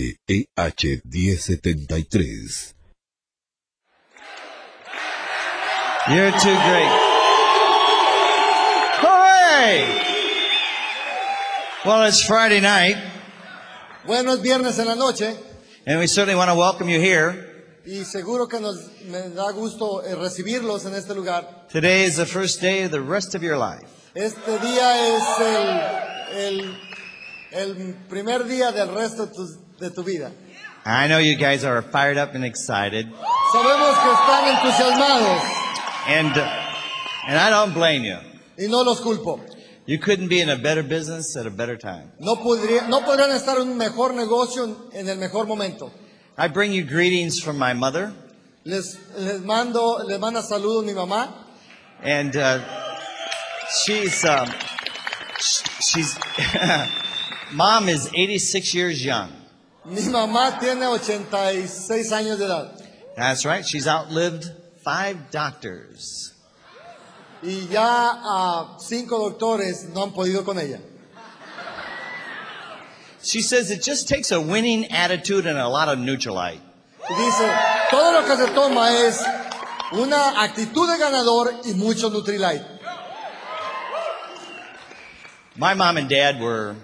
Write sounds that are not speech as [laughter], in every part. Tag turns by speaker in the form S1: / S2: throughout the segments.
S1: MDEH 1073.
S2: You're too great. Hooray! Well, it's Friday night,
S3: Buenos viernes en la noche
S2: and we certainly want to welcome you here.
S3: y seguro que nos me da gusto eh, recibirlos en este lugar.
S2: Today is the first day of the rest of your life.
S3: Este día es el, el- el primer día del resto de tus- de tu vida.
S2: I know you guys are fired up and excited,
S3: Sabemos que están entusiasmados
S2: and, uh, and I don't blame you.
S3: y no los culpo.
S2: You couldn't be in a better business at a better time.
S3: No, podría- no podrían estar en un mejor negocio en, en el mejor momento.
S2: I bring you greetings from my mother,
S3: Les, les mando, les manda saludos mi mamá.
S2: and uh, she's, um, sh- she's, [laughs] mom is 86 years young.
S3: Mi mamá tiene 86 años de edad
S2: That's right. She's outlived five doctors.
S3: y ya ah, cinco doctores no han podido con ella.
S2: She says it just takes a winning attitude and a lot of neutralite.
S3: Y dice, todo lo que se toma es una actitud de ganador y mucho Nutrilite.
S2: My mom and dad were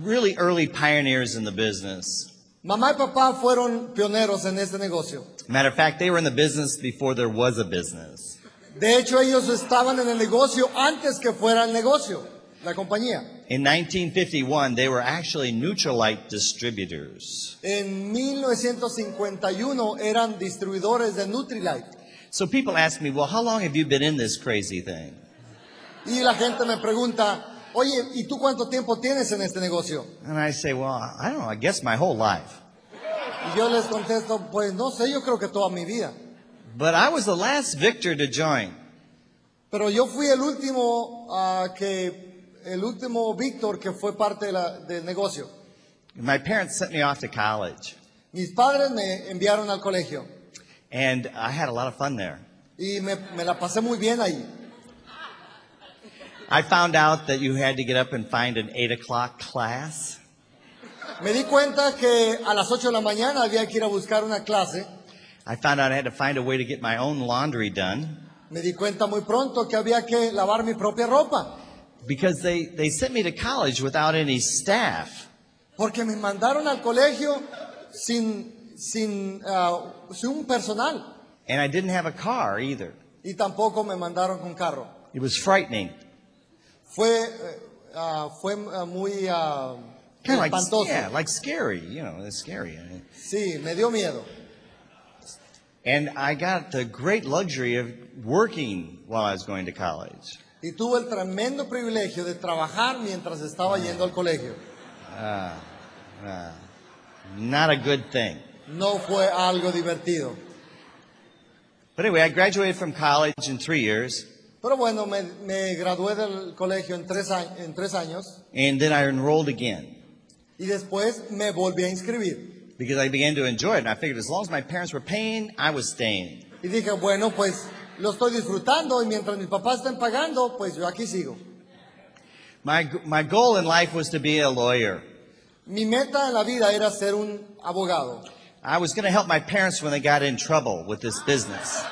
S2: really early pioneers in the business.
S3: Mamá y papá fueron pioneros en este negocio.
S2: Matter of fact, they were in the business before there was a business.
S3: De hecho, ellos estaban en el negocio antes que fuera el negocio, la compañía.
S2: In 1951, they were actually neutralite distributors.
S3: En 1951 eran distribuidores de Nutrilite.
S2: So people ask me, well, how long have you been in this crazy thing?
S3: Y la gente me pregunta, oye, ¿y tú cuánto tiempo tienes en este negocio?
S2: And I say, well, I don't know, I guess my whole life.
S3: Y yo les contesto, pues no sé, yo creo que toda mi vida.
S2: But I was the last victor to join.
S3: Pero yo fui el último ah, que el último Víctor que fue parte de la- del negocio.
S2: My parents sent me off to college.
S3: Mis padres me enviaron al colegio
S2: And I had a lot of fun there.
S3: y me, me la pasé muy bien ahí.
S2: I found out that you had to get up and find an 8 o'clock class.
S3: Me di cuenta que a las 8 de la mañana había que ir a buscar una clase.
S2: I found out I had to find a way to get my own laundry done
S3: Me di cuenta muy pronto que había que lavar mi propia ropa
S2: because they, they sent me to college without any staff.
S3: porque me mandaron al colegio sin sin ah, sin un personal
S2: And I didn't have a car either.
S3: y tampoco me mandaron con carro.
S2: It was frightening.
S3: Fue eh, ah, fue ah, muy ah,
S2: Kind of like,
S3: espantoso.
S2: yeah, like scary, you know, it's scary.
S3: Sí, me dio miedo.
S2: And I got the great luxury of working while I was going to college.
S3: Y tuve el tremendo privilegio de trabajar mientras estaba yendo al colegio.
S2: Not a good thing.
S3: No fue algo divertido.
S2: But anyway, I graduated from college in three years.
S3: Pero bueno, me, me gradué del colegio en tres, a- en tres años
S2: And then I enrolled again
S3: y después me volví a inscribir.
S2: because I began to enjoy it. And I figured as long as my parents were paying, I was staying.
S3: Y dije, bueno, pues lo estoy disfrutando y mientras mis papás estén pagando, pues yo aquí sigo.
S2: My, my goal in life was to be a lawyer.
S3: Mi meta en la vida era ser un abogado.
S2: I was going to help my parents when they got in trouble with this business.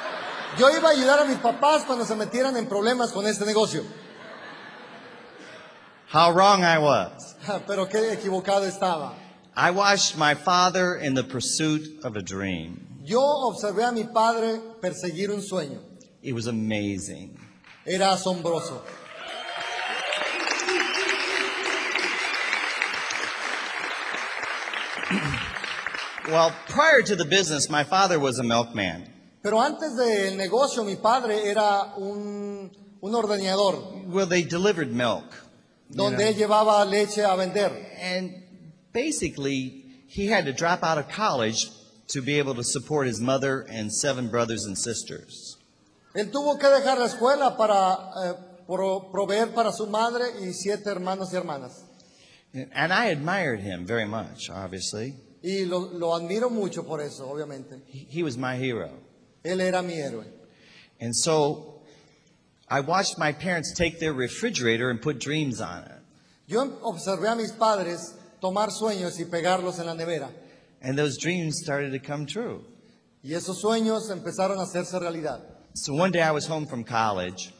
S3: Yo iba a ayudar a mis papás cuando se metieran en problemas con este negocio. [laughs]
S2: How wrong I was.
S3: Pero qué equivocado estaba.
S2: I watched my father in the pursuit of a dream.
S3: Yo observé a mi padre perseguir un sueño.
S2: It was amazing.
S3: Era asombroso.
S2: Well, prior to the business, my father was a milkman.
S3: Pero antes del negocio, mi padre era un, un ordeñador,
S2: Well, they delivered milk.
S3: donde él llevaba leche a vender.
S2: And basically, he had to drop out of college to be able to support his mother and seven brothers and sisters.
S3: Él tuvo que dejar la escuela para eh, pro- proveer para su madre y siete hermanos y hermanas.
S2: And I admired him very much, obviously.
S3: Y lo, lo admiro mucho por eso, obviamente.
S2: He he was my hero.
S3: Él era mi héroe.
S2: And so I watched my parents take their refrigerator and put dreams on it.
S3: Yo observé a mis padres tomar sueños y pegarlos en la nevera.
S2: And those dreams started to come true.
S3: Y esos sueños empezaron a hacerse realidad.
S2: So one day I was home from college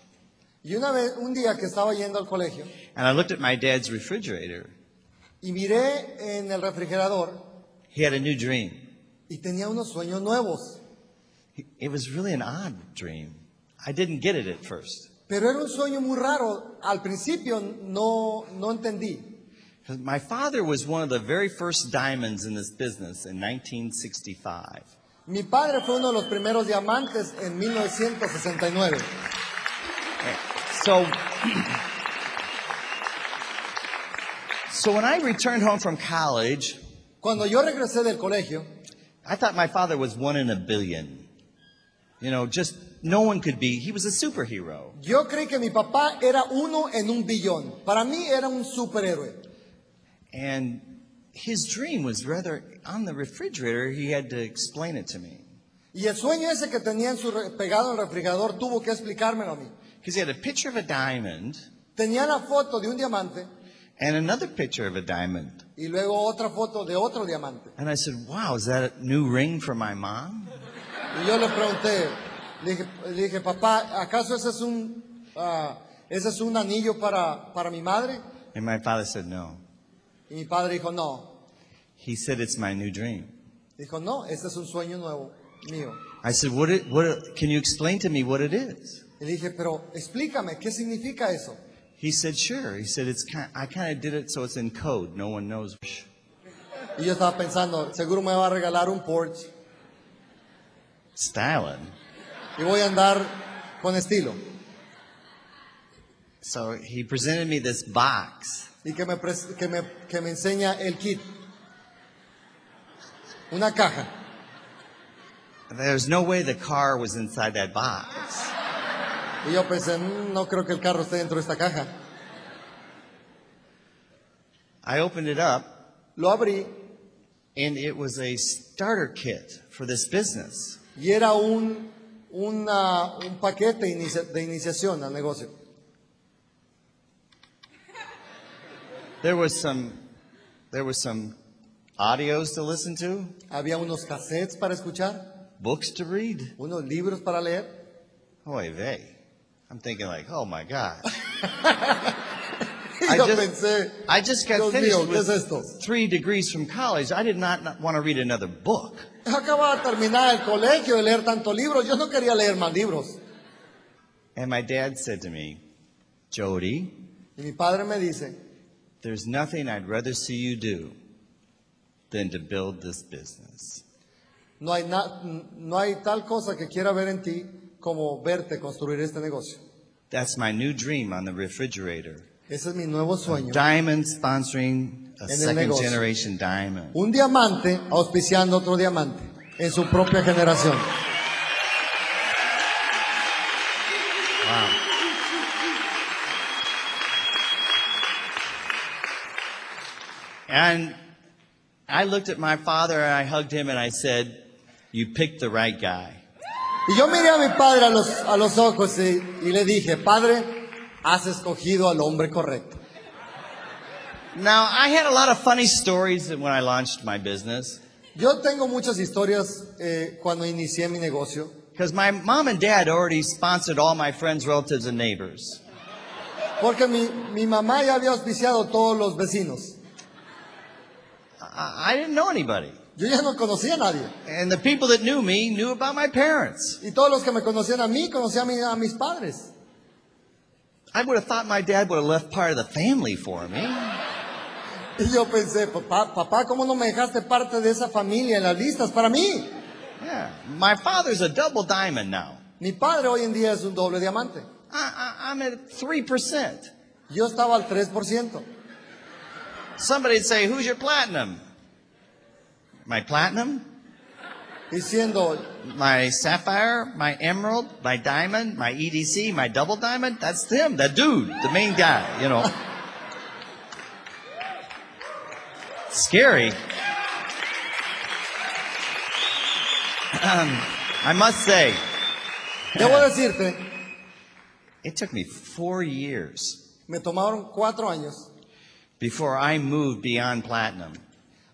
S3: Y una vez, un día que estaba yendo al colegio
S2: and I looked at my dad's refrigerator.
S3: y miré en el refrigerador
S2: He had a new dream.
S3: y tenía unos sueños nuevos.
S2: He- It was really an odd dream. I didn't get it at first.
S3: Pero era un sueño muy raro. Al principio no, no entendí.
S2: 'Cause My father was one of the very first diamonds in this business in 1965.
S3: Mi padre fue uno de los primeros diamantes en 1969.
S2: So, [clears throat] so when I returned home from college,
S3: Cuando yo regresé del colegio,
S2: I thought my father was one in a billion. You know, just no one could be. He was a superhero.
S3: yo creí que mi papá era uno en un billón. Para mí era un superhéroe.
S2: And his dream was rather on the refrigerator. He had to explain it to me
S3: Y el sueño ese que tenía en su re- pegado en el refrigerador tuvo que explicármelo a mí.
S2: because he had a picture of a diamond
S3: Tenía la foto de un diamante
S2: and another picture of a diamond.
S3: y luego otra foto de otro diamante.
S2: And I said, "Wow, is that a new ring for my mom?"
S3: Y yo le pregunté, le dije, le dije, papá, ¿acaso ese es un, ah, ese es un anillo para, para mi madre?
S2: And my father said, "No."
S3: Y mi padre dijo, no.
S2: He said, "It's my new dream."
S3: Dijo, no, este es un sueño nuevo mío.
S2: I said, "What? It, what? It, can you explain to me what it is?"
S3: Y le dije, pero explícame, ¿qué significa eso?
S2: He said, "Sure." He said, "It's kind. I kind of did it so it's in code. No one knows."
S3: Y yo estaba pensando, seguro me va a regalar un Porsche
S2: Styling.
S3: y voy a andar con estilo.
S2: So he presented me this box,
S3: Y que me, pres- que me, que me enseña el kit. Una caja.
S2: There's no way the car was inside that box.
S3: Y yo pensé, "Mm, no creo que el carro esté dentro de esta caja.
S2: I opened it up,
S3: Lo abrí
S2: and it was a starter kit for this business.
S3: Y era un, una- un paquete inicia- de iniciación al negocio.
S2: There was some, there was some audios to listen to,
S3: Había unos cassettes para escuchar,
S2: books to read.
S3: unos libros para leer. [laughs]
S2: Oy vey. I'm thinking like, oh my [laughs] god.
S3: Y
S2: I
S3: yo
S2: just-
S3: pensé,
S2: I just got
S3: Dios
S2: finished
S3: mío, ¿qué
S2: with
S3: es esto?
S2: three degrees from college. I did not, want to read another book.
S3: acababa de terminar el colegio de leer tanto libros, yo no quería leer más libros.
S2: And my dad said to me, Jody,
S3: Y mi padre me dice,
S2: there's nothing I'd rather see you do than to build this business.
S3: no hay, na- no hay tal cosa que quiera ver en ti como verte construir este negocio.
S2: That's my new dream on the refrigerator.
S3: Ese es mi nuevo sueño.
S2: Diamond sponsoring a
S3: el
S2: second
S3: negocio.
S2: generation diamond.
S3: Un diamante auspiciando otro diamante en su propia generación.
S2: And I looked at my father and I hugged him and I said, You picked the right guy.
S3: Y yo miré a mi padre a los, a los ojos y, y le dije, padre, has escogido al hombre correcto.
S2: Now, I had a lot of funny stories when I launched my business
S3: Yo tengo muchas historias eh, cuando inicié mi negocio,
S2: because my mom and dad already sponsored all my friends, relatives, and neighbors.
S3: porque mi, mi mamá ya había auspiciado a todos los vecinos.
S2: I, I didn't know anybody.
S3: Yo ya no conocía a nadie.
S2: And the people that knew me knew about my parents.
S3: Y todos los que me conocían a mí, conocían a, mi- a mis padres.
S2: I would have thought my dad would have left part of the family for me.
S3: Y yo pensé, papá, papá, ¿cómo no me dejaste parte de esa familia en las listas para mí?
S2: Yeah. My father's a double diamond now.
S3: Mi padre hoy en día es un doble diamante.
S2: I, I, I'm at 3%.
S3: Yo estaba al 3%.
S2: Somebody'd say, Who's your platinum? My platinum?
S3: Diciendo,
S2: My sapphire? My emerald? My diamond? My EDC? My double diamond? That's him, that dude, the main guy, you know. [laughs] Scary. Um, I must say,
S3: debo decirte
S2: it took me four years
S3: Me tomaron cuatro años
S2: before I moved beyond platinum.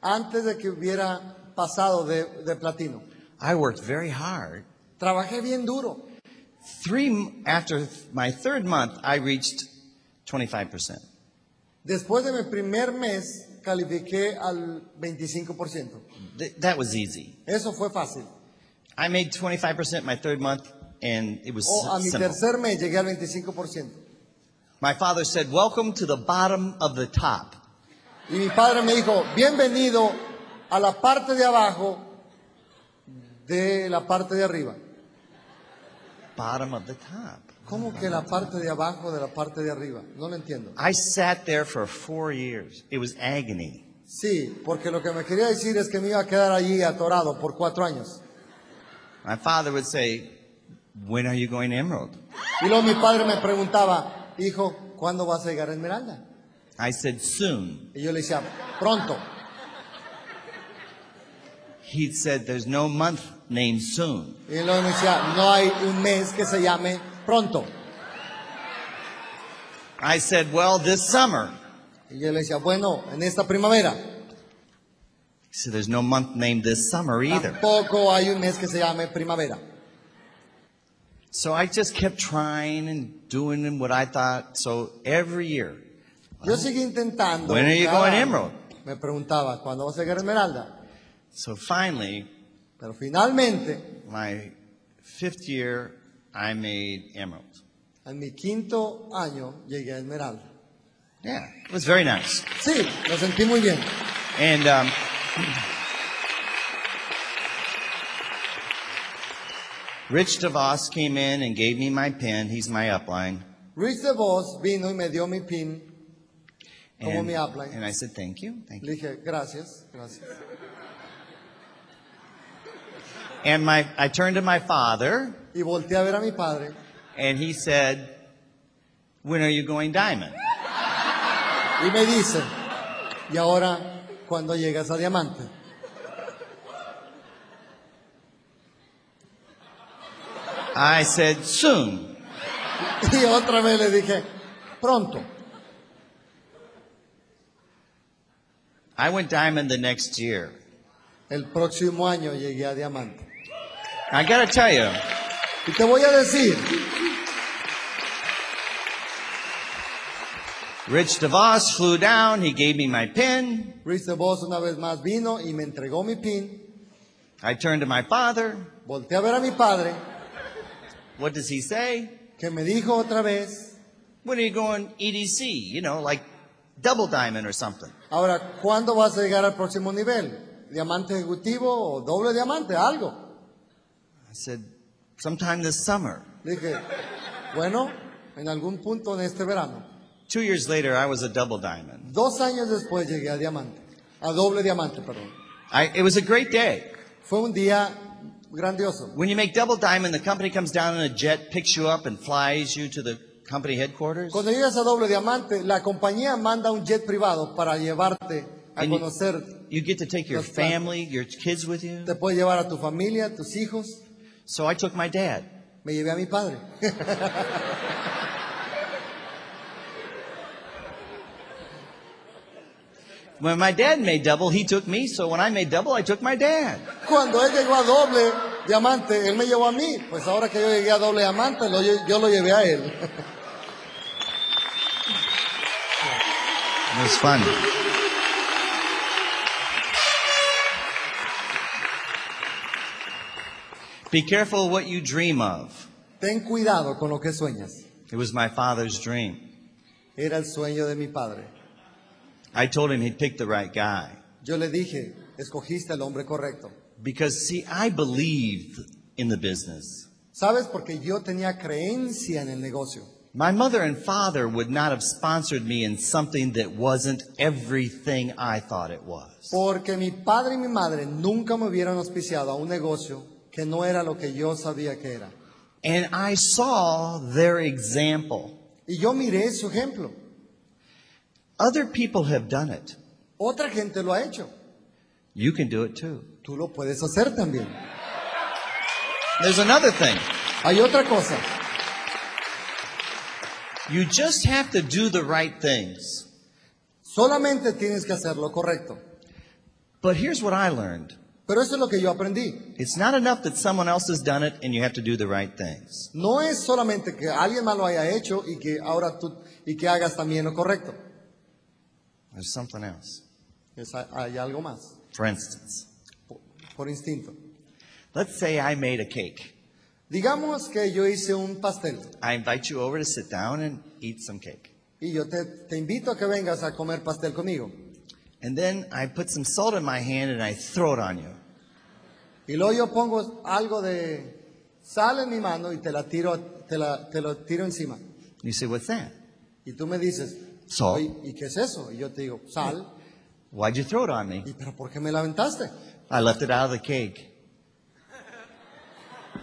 S3: antes de que hubiera pasado de, de platino.
S2: I worked very hard.
S3: Trabajé bien duro.
S2: Three m- after th- my third month, I reached 25%.
S3: Después de mi primer mes, califiqué al 25%.
S2: Th- that was easy.
S3: Eso fue fácil.
S2: I made 25% my third month, and it was
S3: O a mi
S2: simple.
S3: tercer mes llegué al 25%.
S2: My father said, "Welcome to the bottom of the top."
S3: Y mi padre me dijo, bienvenido a la parte de abajo de la parte de arriba.
S2: Bottom of the top.
S3: ¿Cómo que la parte de abajo de la parte de arriba? No lo entiendo.
S2: I sat there for four years. It was agony.
S3: Sí, porque lo que me quería decir es que me iba a quedar allí atorado por cuatro años.
S2: My father would say, "When are you going to Emerald?"
S3: Y luego mi padre me preguntaba, hijo, ¿cuándo vas a llegar a Esmeralda?
S2: I said, "Soon."
S3: Y yo le decía, pronto.
S2: He said, "There's no month named soon."
S3: Y luego me decía, no hay un mes que se llame pronto.
S2: I said, "Well, this summer."
S3: Y yo le decía, bueno, en esta primavera.
S2: He said, "There's no month named this summer either."
S3: Tampoco hay un mes que se llame primavera.
S2: So I just kept trying and doing what I thought. So every year,
S3: Yo seguí intentando.
S2: When are you
S3: Cada
S2: going
S3: año
S2: emerald?
S3: Me preguntaba, ¿cuándo vas a llegar a Esmeralda?
S2: so finally,
S3: Pero finalmente,
S2: my fifth year, I made Emerald.
S3: en mi quinto año, llegué a Esmeralda.
S2: Yeah, it was very nice.
S3: Sí, lo sentí muy bien.
S2: And um, Rich DeVos came in and gave me my pen. He's my upline.
S3: Rich DeVos vino y me dio mi pin. Como
S2: And,
S3: mi upline.
S2: and I said, thank you, thank you.
S3: Le dije, gracias, gracias.
S2: And my, I turned to my father,
S3: Y volteé a ver a mi padre.
S2: and he said, when are you going diamond?
S3: Y me dice, ¿y ahora cuándo llegas a Diamante? [laughs]
S2: I said, soon.
S3: Y otra vez le dije, pronto.
S2: I went diamond the next year.
S3: El próximo año llegué a Diamante.
S2: I got to tell you,
S3: Y te voy a decir,
S2: Rich DeVos flew down. He gave me my pin.
S3: Rich DeVos una vez más vino y me entregó mi pin.
S2: I turned to my father.
S3: Volteé a ver a mi padre,
S2: What does he say?
S3: que me dijo otra vez,
S2: When are you going EDC? You know, like double diamond or something.
S3: ahora, ¿cuándo vas a llegar al próximo nivel? ¿Diamante ejecutivo o doble diamante? Algo.
S2: I said, sometime this summer.
S3: Le dije, bueno, en algún punto de este verano.
S2: Two years later, I was a double diamond.
S3: Dos años después llegué a diamante, a doble diamante, perdón.
S2: I, it was a great day.
S3: Fue un día grandioso.
S2: When you make double diamond, the company comes down in a jet, picks you up, and flies you to the company headquarters.
S3: Cuando llegas a doble diamante, la compañía manda un jet privado para llevarte a
S2: And you-
S3: conocer.
S2: You get to take your
S3: That's right.
S2: family, your kids with you.
S3: Te puede llevar a tu familia, tus hijos.
S2: So I took my dad.
S3: Me llevé a mi padre. [laughs]
S2: When my dad made double, he took me. So when I made double, I took my dad.
S3: Cuando él llegó a doble diamante, él me llevó a mí. Pues ahora que yo llegué a doble diamante, lo lle- yo lo llevé a él. [laughs]
S2: It was fun. Be careful what you dream of.
S3: Ten cuidado con lo que sueñas.
S2: It was my father's dream.
S3: Era el sueño de mi padre.
S2: I told him he'd picked the right guy.
S3: Yo le dije, escogiste al hombre correcto.
S2: Because, see, I believed in the business.
S3: ¿Sabes? Porque yo tenía creencia en el negocio.
S2: My mother and father would not have sponsored me in something that wasn't everything I thought it was.
S3: Porque mi padre y mi madre nunca me hubieran auspiciado a un negocio que no era lo que yo sabía que era.
S2: And I saw their example.
S3: Y yo miré su ejemplo.
S2: Other people have done it.
S3: Otra gente lo ha hecho.
S2: You can do it too.
S3: Tú lo puedes hacer también.
S2: There's another thing.
S3: Hay otra cosa.
S2: You just have to do the right things.
S3: Solamente tienes que hacer lo correcto.
S2: But here's what I learned.
S3: Pero eso es lo que yo aprendí.
S2: It's not enough that someone else has done it and you have to do the right things.
S3: No es solamente que alguien más lo haya hecho y que ahora tú y que hagas también lo correcto.
S2: There's something else.
S3: Es- hay algo más,
S2: For instance,
S3: por, por instinto.
S2: let's say I made a cake.
S3: Digamos que yo hice un pastel
S2: I invite you over to sit down and eat some cake.
S3: y yo te, te invito a que vengas a comer pastel conmigo.
S2: And then I put some salt in my hand and I throw it on you.
S3: Y luego yo pongo algo de sal en mi mano y te la tiro, te la- te lo tiro encima.
S2: You say, What's that?
S3: Y tú me dices,
S2: Sal.
S3: "Oye, ¿y qué es eso? Y yo te digo, sal.
S2: Why'd you throw it on me?
S3: ¿Y pero por qué me la aventaste?
S2: I left it out of the cake.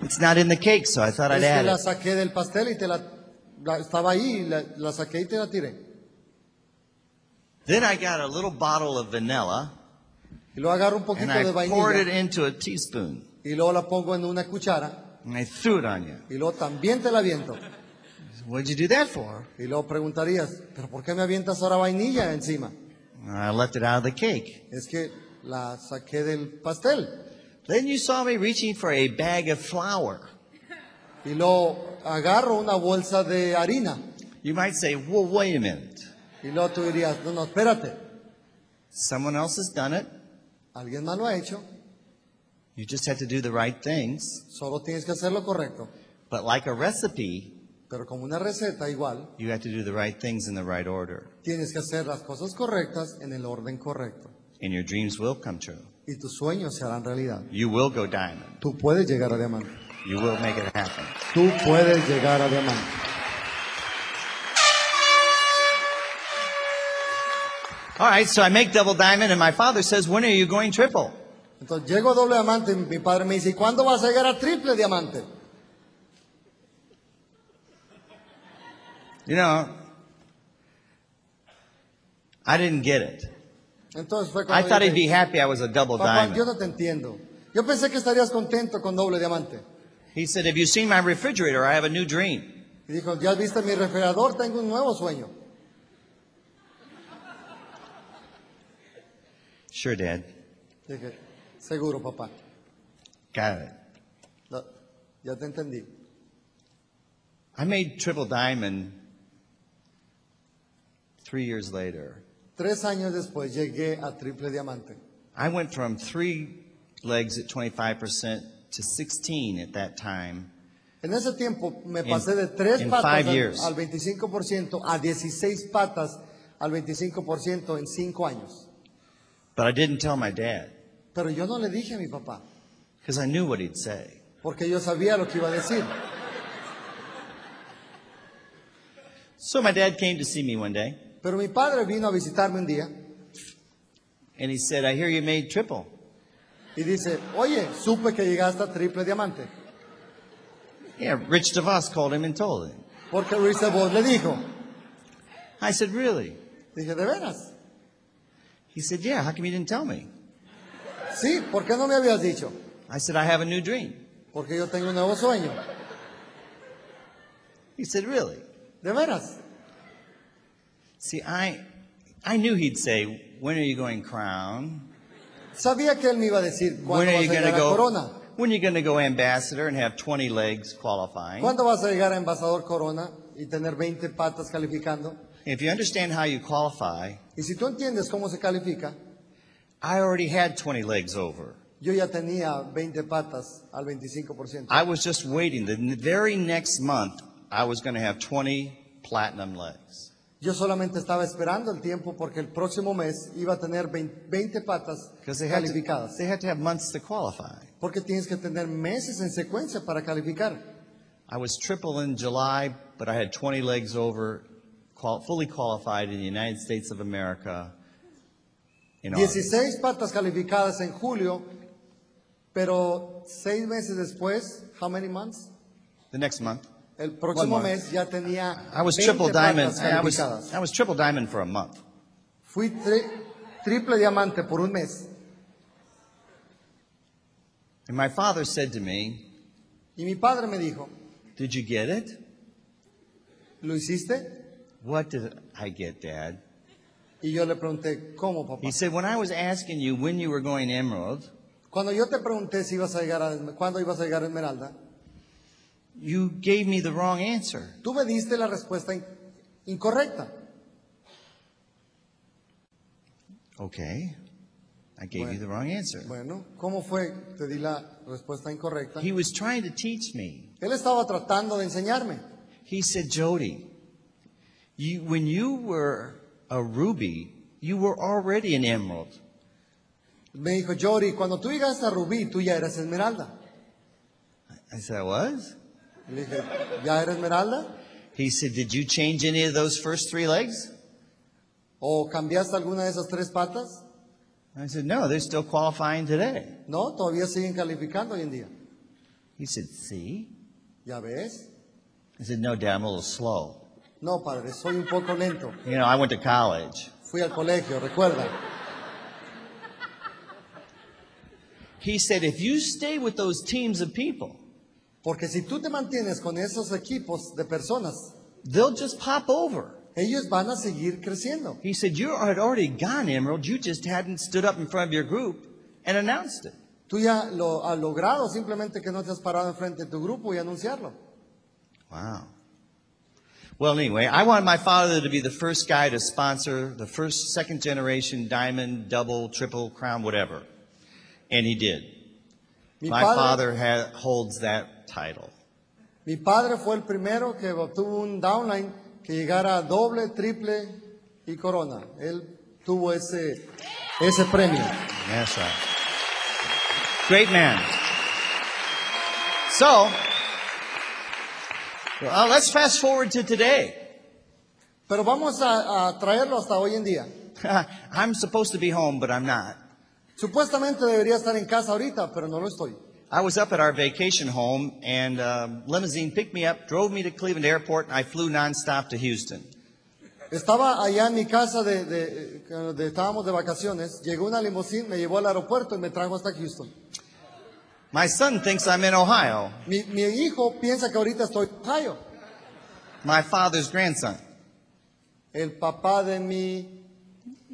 S2: It's not in the cake, so I thought I'd
S3: Es que
S2: add
S3: la
S2: it.
S3: saqué del pastel y te la, la- estaba ahí, y la, la saqué y te la tiré.
S2: Then I got a little bottle of vanilla
S3: Y luego agarro un
S2: and
S3: poquito de
S2: I poured it
S3: vainilla
S2: into a teaspoon
S3: y luego la pongo en una cuchara
S2: and I threw it on you.
S3: y luego también te la aviento.
S2: What'd you do that for?
S3: Y luego preguntarías, ¿pero por qué me avientas ahora vainilla encima?
S2: Uh, I left it out of the cake.
S3: Es que la saqué del pastel.
S2: Then you saw me reaching for a bag of flour.
S3: Y luego agarro una bolsa de harina.
S2: You might say, well, wait a minute.
S3: Y luego tú dirías, no, no, espérate,
S2: Someone else has done it.
S3: alguien más lo ha hecho,
S2: You just have to do the right things.
S3: solo tienes que hacer lo correcto.
S2: But like a recipe,
S3: Pero como una receta igual,
S2: you have to do the right things in the right order.
S3: tienes que hacer las cosas correctas en el orden correcto.
S2: And your dreams will come true.
S3: Y tus sueños se harán realidad.
S2: You will go diamond.
S3: Tú puedes llegar a diamante.
S2: You will make it happen.
S3: Tú puedes llegar a diamante.
S2: All right, so I make double diamond, and my father says, When are you going triple?
S3: Entonces llego a doble diamante y mi padre me dice, ¿y cuándo vas a llegar a triple diamante?
S2: You know, I didn't get it.
S3: Entonces fue
S2: I
S3: cuando
S2: thought he'd be
S3: dije,
S2: happy I was a double
S3: papá, yo
S2: diamond.
S3: no te entiendo. Yo pensé que estarías contento con doble diamante.
S2: He said, Have you seen my refrigerator? I have a new dream.
S3: Y dijo, ya viste mi refrigerador, tengo un nuevo sueño.
S2: Sure, Dad.
S3: Dije, seguro, papá.
S2: Got it.
S3: Lo- ya te entendí.
S2: I made triple diamond three years later.
S3: Tres años después llegué a triple diamante.
S2: I went from three legs at 25% to 16 at that time.
S3: En ese tiempo me
S2: In-
S3: pasé de tres
S2: in
S3: patas
S2: five
S3: al,
S2: years.
S3: al 25% a 16 patas al 25% en cinco años.
S2: But I didn't tell my dad
S3: Pero yo no le dije a mi papá,
S2: because I knew what he'd say.
S3: porque yo sabía lo que iba a decir.
S2: So my dad came to see me one day
S3: Pero mi padre vino a visitarme un día
S2: and he said, I hear you made triple.
S3: y dice, oye, supe que llegaste a triple diamante.
S2: Yeah, Rich DeVos called him and told him.
S3: Porque Luis de Vos le dijo,
S2: I said, Really?
S3: dije, ¿de veras?
S2: He said, Yeah, how come you didn't tell me?
S3: Sí, ¿por qué no me habías dicho?
S2: I said, I have a new dream.
S3: Porque yo tengo un nuevo sueño.
S2: He said, Really?
S3: ¿De veras?
S2: See, I, I knew he'd say, When are you going crown?
S3: Sabía que él me iba a decir,
S2: When
S3: ¿cuándo
S2: are
S3: vas a
S2: you going
S3: llegar
S2: to
S3: a Corona?
S2: go? When are you going to go ambassador and have 20 legs qualifying?
S3: ¿Cuándo vas a llegar a embajador Corona y tener 20 patas calificando?
S2: If you understand how you qualify,
S3: Y si tú entiendes cómo se califica,
S2: I already had 20 legs over.
S3: yo ya tenía 20 patas al 25%.
S2: I was just waiting. The n- very next month, I was going to have 20 platinum legs.
S3: Yo solamente estaba esperando el tiempo porque el próximo mes iba a tener 20, 20 patas
S2: Because they, had to-
S3: calificadas.
S2: they had to have months to qualify.
S3: Porque tienes que tener meses en secuencia para calificar.
S2: I was triple in July, but I had 20 legs over, qual- fully qualified in the United States of America in August.
S3: 16 patas calificadas en julio, pero seis meses después, how many months?
S2: The next month.
S3: El próximo
S2: One month.
S3: mes ya tenía
S2: I was
S3: 20
S2: triple diamond.
S3: patas
S2: I was,
S3: calificadas.
S2: I was triple diamond for a month.
S3: Fui tri- triple diamante por un mes.
S2: And my father said to me,
S3: Y mi padre me dijo,
S2: Did you get it?
S3: ¿lo hiciste?
S2: What did I get, Dad?
S3: Y yo le pregunté, ¿cómo, papá?
S2: He said, When I was asking you when you were going to Emerald,
S3: Cuando yo te pregunté si ibas a llegar a, Esme- cuándo ibas a llegar a Esmeralda,
S2: you gave me the wrong answer.
S3: tú me diste la respuesta in- incorrecta.
S2: Okay. I gave you the wrong answer.
S3: Bueno, ¿cómo fue? Te di la respuesta incorrecta.
S2: He was trying to teach me.
S3: Él estaba tratando de enseñarme.
S2: He said, Jody, you, when you were a ruby, you were already an emerald.
S3: Me dijo, Jory, cuando tú llegaste a Rubí, tú ya eras Esmeralda.
S2: I said, I was.
S3: Le dije, ¿ya era Esmeralda?
S2: He said, Did you change any of those first three legs?
S3: ¿O cambiaste alguna de esas tres patas?
S2: I said, No, they're still qualifying today.
S3: No, todavía siguen calificando hoy en día.
S2: He said, See?
S3: ¿Ya ves?
S2: I said, No, Dad, I'm a little slow.
S3: No, padre, soy un poco lento.
S2: You know, I went to college.
S3: Fui al colegio, recuerda.
S2: He said, If you stay with those teams of people,
S3: Porque si tú te mantienes con esos equipos de personas,
S2: they'll just pop over.
S3: ellos van a seguir creciendo.
S2: He said, You had already gone Emerald. You just hadn't stood up in front of your group and announced it.
S3: Tú ya lo has logrado, simplemente que no te has parado enfrente de tu grupo y anunciarlo.
S2: Wow. Well, anyway, I wanted my father to be the first guy to sponsor the first, second generation diamond, double, triple, crown, whatever. And he did.
S3: Mi
S2: my
S3: padre,
S2: father ha- holds that title.
S3: mi padre fue el primero que obtuvo un downline que llegara a doble, triple y corona. Él tuvo ese, ese premio.
S2: That's right. Great man. So, well, let's fast forward to today. [laughs]
S3: Pero vamos a, a traerlo hasta hoy en día.
S2: I'm supposed to be home, but I'm not.
S3: Supuestamente debería estar en casa ahorita, pero no lo estoy.
S2: I was up at our vacation home, and um, limousine picked me up, drove me to Cleveland Airport, and I flew nonstop to Houston.
S3: Estaba allá en mi casa, de, de- eh, de- estábamos de vacaciones, llegó una limusín, me llevó al aeropuerto y me trajo hasta Houston.
S2: My son thinks I'm in Ohio,
S3: Mi, mi hijo piensa que ahorita estoy en Ohio.
S2: my father's grandson.
S3: El papá de mi...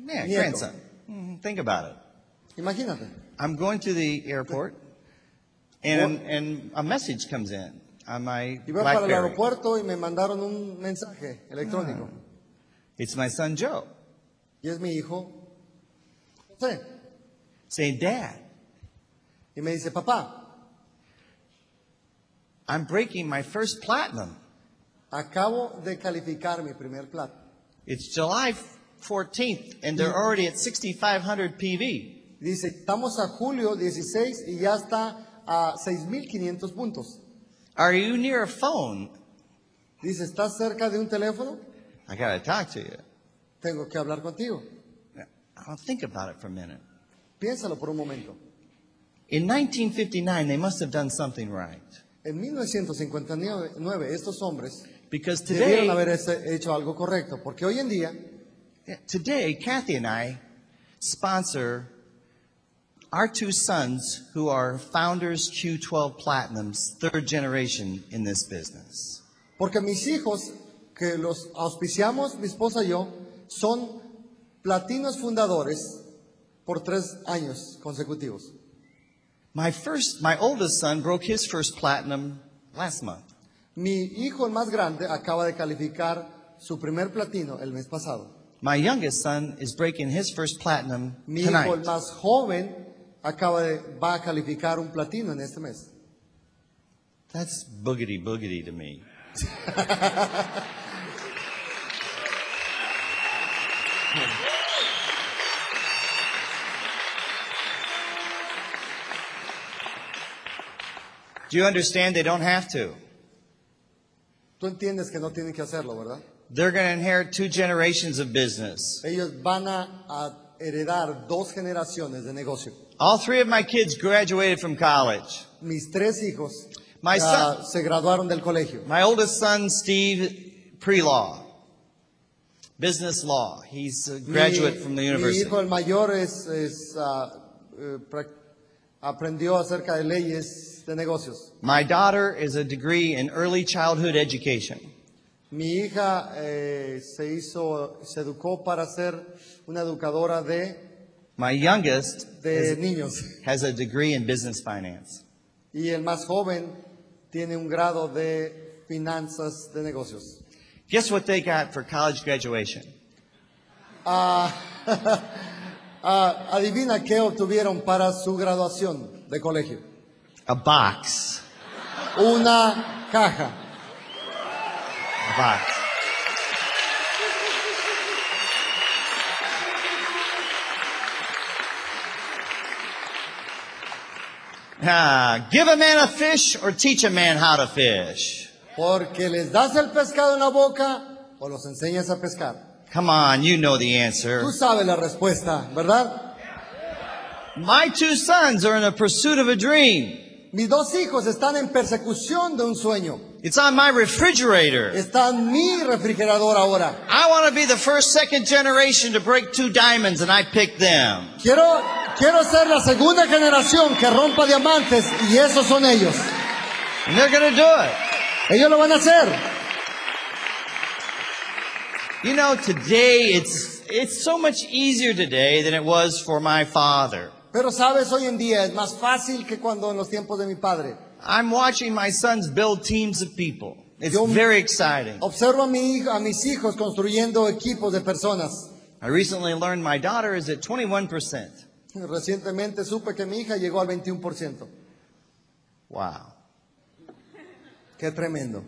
S2: Yeah,
S3: Nieto.
S2: grandson. Mm, Think about it.
S3: Imagínate.
S2: I'm going to the airport, and, and a message comes in on my
S3: Iba para el
S2: BlackBerry.
S3: aeropuerto y me mandaron un mensaje electrónico.
S2: It's my son Joe
S3: Y es mi hijo. José.
S2: saying, Dad,
S3: Y me dice, papá,
S2: I'm breaking my first platinum.
S3: acabo de calificar mi primer plato.
S2: It's July 14th, and they're already at 6,500 PV.
S3: Dice, estamos a julio 16 y ya está a 6.500 puntos.
S2: Are you near a phone?
S3: Dice, ¿estás cerca de un teléfono?
S2: I gotta talk to you.
S3: Tengo que hablar contigo.
S2: I'll think about it for a minute.
S3: Piénsalo por un momento.
S2: In 1959, they must have done something right.
S3: En 1959 estos hombres
S2: Because today,
S3: debieron haber ese- hecho algo correcto, porque hoy en día,
S2: today, Kathy and I sponsor our two sons who are founders Q12 Platinums, third generation in this business.
S3: porque mis hijos que los auspiciamos, mi esposa y yo, son platinos fundadores por tres años consecutivos.
S2: My first, my oldest son broke his first platinum last month.
S3: Mi hijo el más grande acaba de calificar su primer platino el mes pasado.
S2: My youngest son is breaking his first platinum
S3: Mi hijo el
S2: tonight.
S3: más joven acaba de, va a calificar un platino en este mes.
S2: That's boogity boogity to me. Do you understand they don't have to?
S3: Tú entiendes que no tienen que hacerlo, ¿verdad?
S2: They're going to inherit two generations of business.
S3: Ellos van a, a heredar dos generaciones de negocio.
S2: All three of my kids graduated from college.
S3: Mis tres hijos
S2: My
S3: ah,
S2: son-
S3: se graduaron del colegio.
S2: My oldest son, Steve, pre-law, business law. He's a graduate
S3: Mi-
S2: from the
S3: Mi hijo
S2: university.
S3: el mayor es, es, ah, eh, prac- aprendió acerca de leyes de negocios.
S2: My daughter is a degree in early childhood education.
S3: Mi hija eh, se hizo, se educó para ser una educadora de,
S2: My youngest [laughs]
S3: de niños.
S2: has a degree in business finance.
S3: Y el más joven tiene un grado de finanzas de negocios.
S2: Guess what they got for college graduation?
S3: Ah, adivina qué obtuvieron para su graduación de colegio.
S2: A box.
S3: Una caja.
S2: A box. Ah, give a man a fish or teach a man how to fish.
S3: Porque les das el pescado en la boca o los enseñas a pescar.
S2: Come on, you know the answer.
S3: Tú sabes la respuesta, ¿verdad?
S2: My two sons are in the pursuit of a dream.
S3: Mis dos hijos están en persecución de un sueño.
S2: It's on my refrigerator.
S3: Está en mi refrigerador ahora.
S2: I want to be the first, second generation to break two diamonds, and I picked them.
S3: Quiero, quiero ser la segunda generación que rompa diamantes y esos son ellos.
S2: And they're going to do it.
S3: Ellos lo van a hacer.
S2: You know, today it's it's so much easier today than it was for my father.
S3: Pero sabes, hoy en día es más fácil que cuando en los tiempos de mi padre.
S2: I'm watching my sons build teams of people. It's
S3: Yo-
S2: very exciting.
S3: Observo a, mi hijo- a mis hijos construyendo equipos de personas.
S2: I recently learned my daughter is at 21%.
S3: Recientemente supe que mi hija llegó al 21%.
S2: Wow.
S3: Qué tremendo.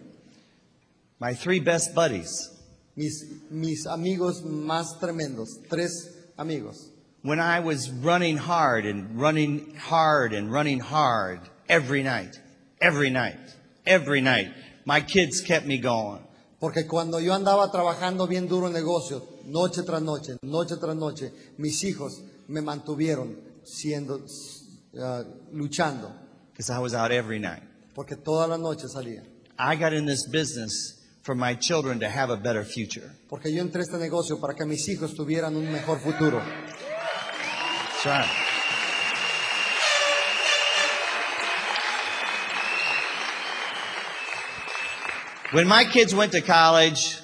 S2: My three best buddies.
S3: Mis, mis amigos más tremendos, tres amigos.
S2: When I was running hard and running hard and running hard every night, every night, every night, my kids kept me going.
S3: Porque cuando yo andaba trabajando bien duro en negocios, noche tras noche, noche tras noche, mis hijos me mantuvieron siendo, ah, luchando.
S2: because I was out every night.
S3: Porque toda la noche salía.
S2: I got in this business for my children to have a better future.
S3: Porque yo entré a este negocio para que mis hijos tuvieran un mejor futuro.
S2: That's right. When my kids went to college,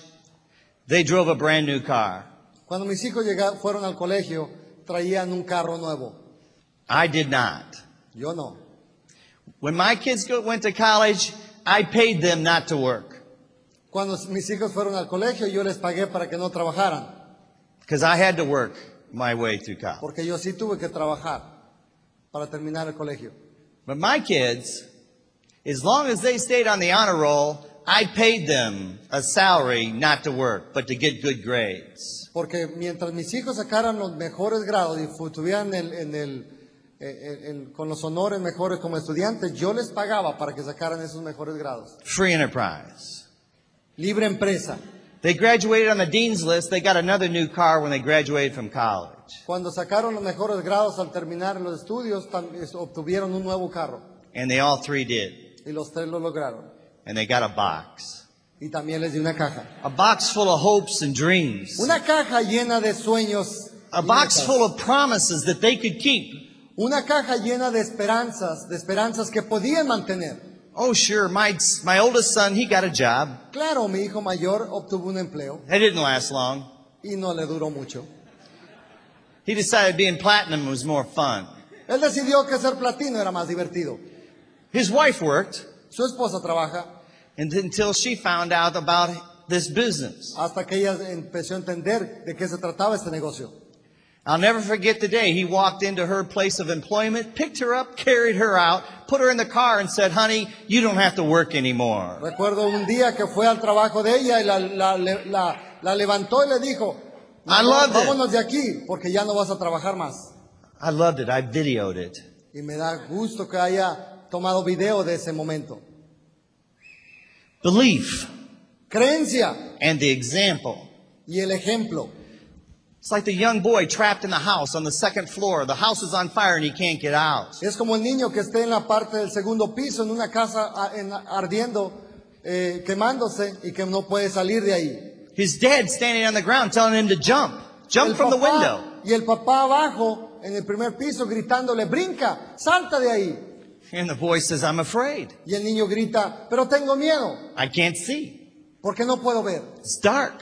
S2: they drove a brand new car.
S3: Cuando mis hijos llega- fueron al colegio, traían un carro nuevo.
S2: I did not.
S3: Yo no.
S2: When my kids go, went to college, I paid them not to work
S3: Cuando s- mis hijos fueron al colegio, yo les pagué para que no trabajaran,
S2: because I had to work my way through college.
S3: porque yo sí tuve que trabajar para terminar el colegio.
S2: But my kids, as long as they stayed on the honor roll, I paid them a salary not to work, but to get good grades.
S3: Porque mientras mis hijos sacaran los mejores grados y fu- estuvieran en, en el- en- en- con los honores mejores como estudiantes, yo les pagaba para que sacaran esos mejores grados.
S2: Free enterprise.
S3: Libre empresa.
S2: They graduated on the dean's list. They got another new car when they graduated from college.
S3: Cuando sacaron los mejores grados al terminar los estudios, tam- es- obtuvieron un nuevo carro
S2: And they all three did.
S3: y los tres lo lograron.
S2: And they got a box.
S3: Y también les di una caja.
S2: A box full of hopes and dreams.
S3: Una caja llena de sueños.
S2: A
S3: y
S2: box
S3: metas.
S2: full of promises that they could keep.
S3: Una caja llena de esperanzas, de esperanzas que podían mantener.
S2: Oh, sure. My, my oldest son, he got a job.
S3: Claro, mi hijo mayor obtuvo un empleo
S2: That didn't last long.
S3: y no le duró mucho.
S2: He decided being platinum was more fun.
S3: Él decidió que ser platino era más divertido.
S2: His wife worked
S3: Su esposa trabaja
S2: and until she found out about this business.
S3: hasta que ella empezó a entender de qué se trataba este negocio.
S2: I'll never forget the day he walked into her place of employment, picked her up, carried her out, put her in the car and said, honey, you don't have to work anymore.
S3: Recuerdo un día que fue al trabajo de ella y la, la- le- la- la levantó y le dijo,
S2: I love it.
S3: vámonos de aquí porque ya no vas a trabajar más.
S2: I loved it. I videoed it.
S3: Y me da gusto que haya tomado video de ese momento.
S2: Belief
S3: Creencia
S2: and the example.
S3: y el ejemplo.
S2: It's like the young boy trapped in the house on the second floor. The house is on fire and he can't get out.
S3: Es como el niño que esté en la parte del segundo piso, en una casa a- en- ardiendo, eh, quemándose y que no puede salir de ahí.
S2: His dad standing on the ground telling him to jump. Jump
S3: El
S2: from the
S3: papá-
S2: window.
S3: Y el papá abajo, en el primer piso, gritándole, brinca, salta de ahí.
S2: And the boy says, I'm afraid.
S3: Y el niño grita, pero tengo miedo.
S2: I can't see.
S3: ¿Por qué no puedo ver?
S2: It's dark.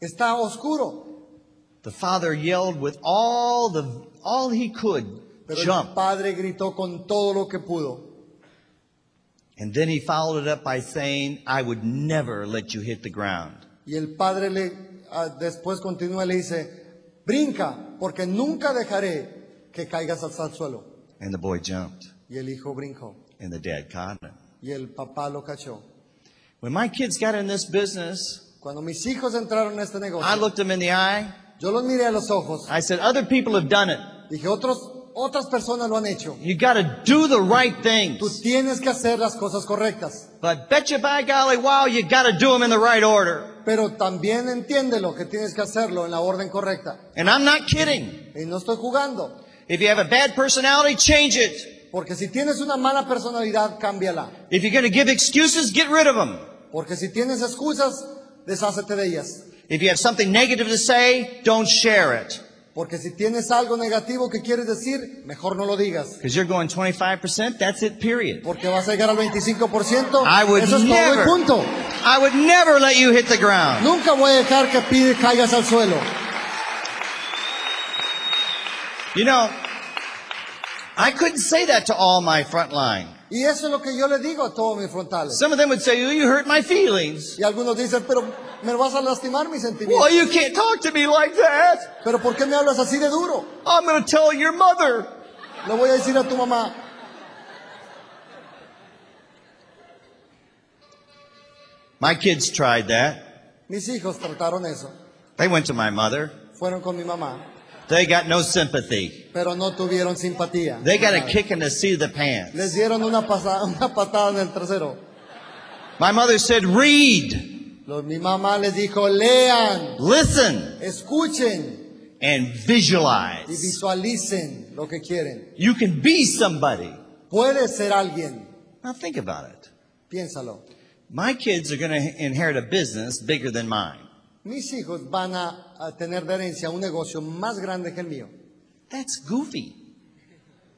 S3: Está oscuro.
S2: The father yelled with all the all he could,
S3: Pero el
S2: jump.
S3: padre gritó con todo lo que pudo.
S2: And then he followed it up by saying, I would never let you hit the ground.
S3: Y el padre le, ah, después continúa y le dice, brinca, porque nunca dejaré que caigas hasta el suelo.
S2: And the boy jumped,
S3: Y el hijo brincó.
S2: and the dad caught him.
S3: Y el papá lo cachó.
S2: When my kids got in this business,
S3: Cuando mis hijos entraron en este negocio,
S2: I looked them in the eye.
S3: yo los miré a los ojos.
S2: I said, Other people have done it.
S3: Dije, otros, otras personas lo han hecho.
S2: You got to do the right
S3: Tú
S2: things.
S3: tienes que hacer las cosas correctas.
S2: But betcha by golly, wow, you got to do them in the right order.
S3: Pero también entiéndelo que tienes que hacerlo en la orden correcta.
S2: And I'm not kidding.
S3: Y no estoy jugando.
S2: If you have a bad personality, change it.
S3: Porque si tienes una mala personalidad, cámbiala.
S2: If you're going to give excuses, get rid of them.
S3: Porque si tienes excusas, deshácete de ellas.
S2: If you have something negative to say, don't share it.
S3: Porque si tienes algo negativo que quieres decir, mejor no lo digas.
S2: Because you're going 25%, that's it, period.
S3: Porque vas a llegar al 25%.
S2: I would
S3: Eso es todo
S2: never,
S3: el punto.
S2: I would never let you hit the ground.
S3: Nunca voy a dejar que pide caigas al suelo.
S2: You know, I couldn't say that to all my front line.
S3: Y eso es lo que yo le digo a todos mis frontales.
S2: Some of them would say, oh, you hurt my feelings.
S3: Y algunos dicen, pero me vas a lastimar mis
S2: Well,
S3: sentimientos.
S2: you can't talk to me like that.
S3: Pero ¿por qué me hablas así de duro?
S2: I'm going to tell your mother.
S3: Le voy a decir a tu mamá.
S2: My kids tried that.
S3: Mis hijos trataron eso.
S2: They went to my mother.
S3: Fueron con mi mamá,
S2: They got no sympathy.
S3: pero no tuvieron simpatía. Ah,
S2: They got a kick in the seat of the pants.
S3: Les dieron una, pasa- [laughs] una patada en el trasero.
S2: My mother said, read,
S3: Lo- mi mamá les dijo, lean,
S2: listen,
S3: escuchen
S2: and
S3: y
S2: visualize.
S3: visualicen lo que quieren.
S2: You can be somebody.
S3: Puedes ser alguien,
S2: Now think about it.
S3: piénsalo.
S2: My kids are going to inherit a business bigger than mine.
S3: Mis hijos van a, a tener de herencia un negocio más grande que el mío.
S2: That's goofy.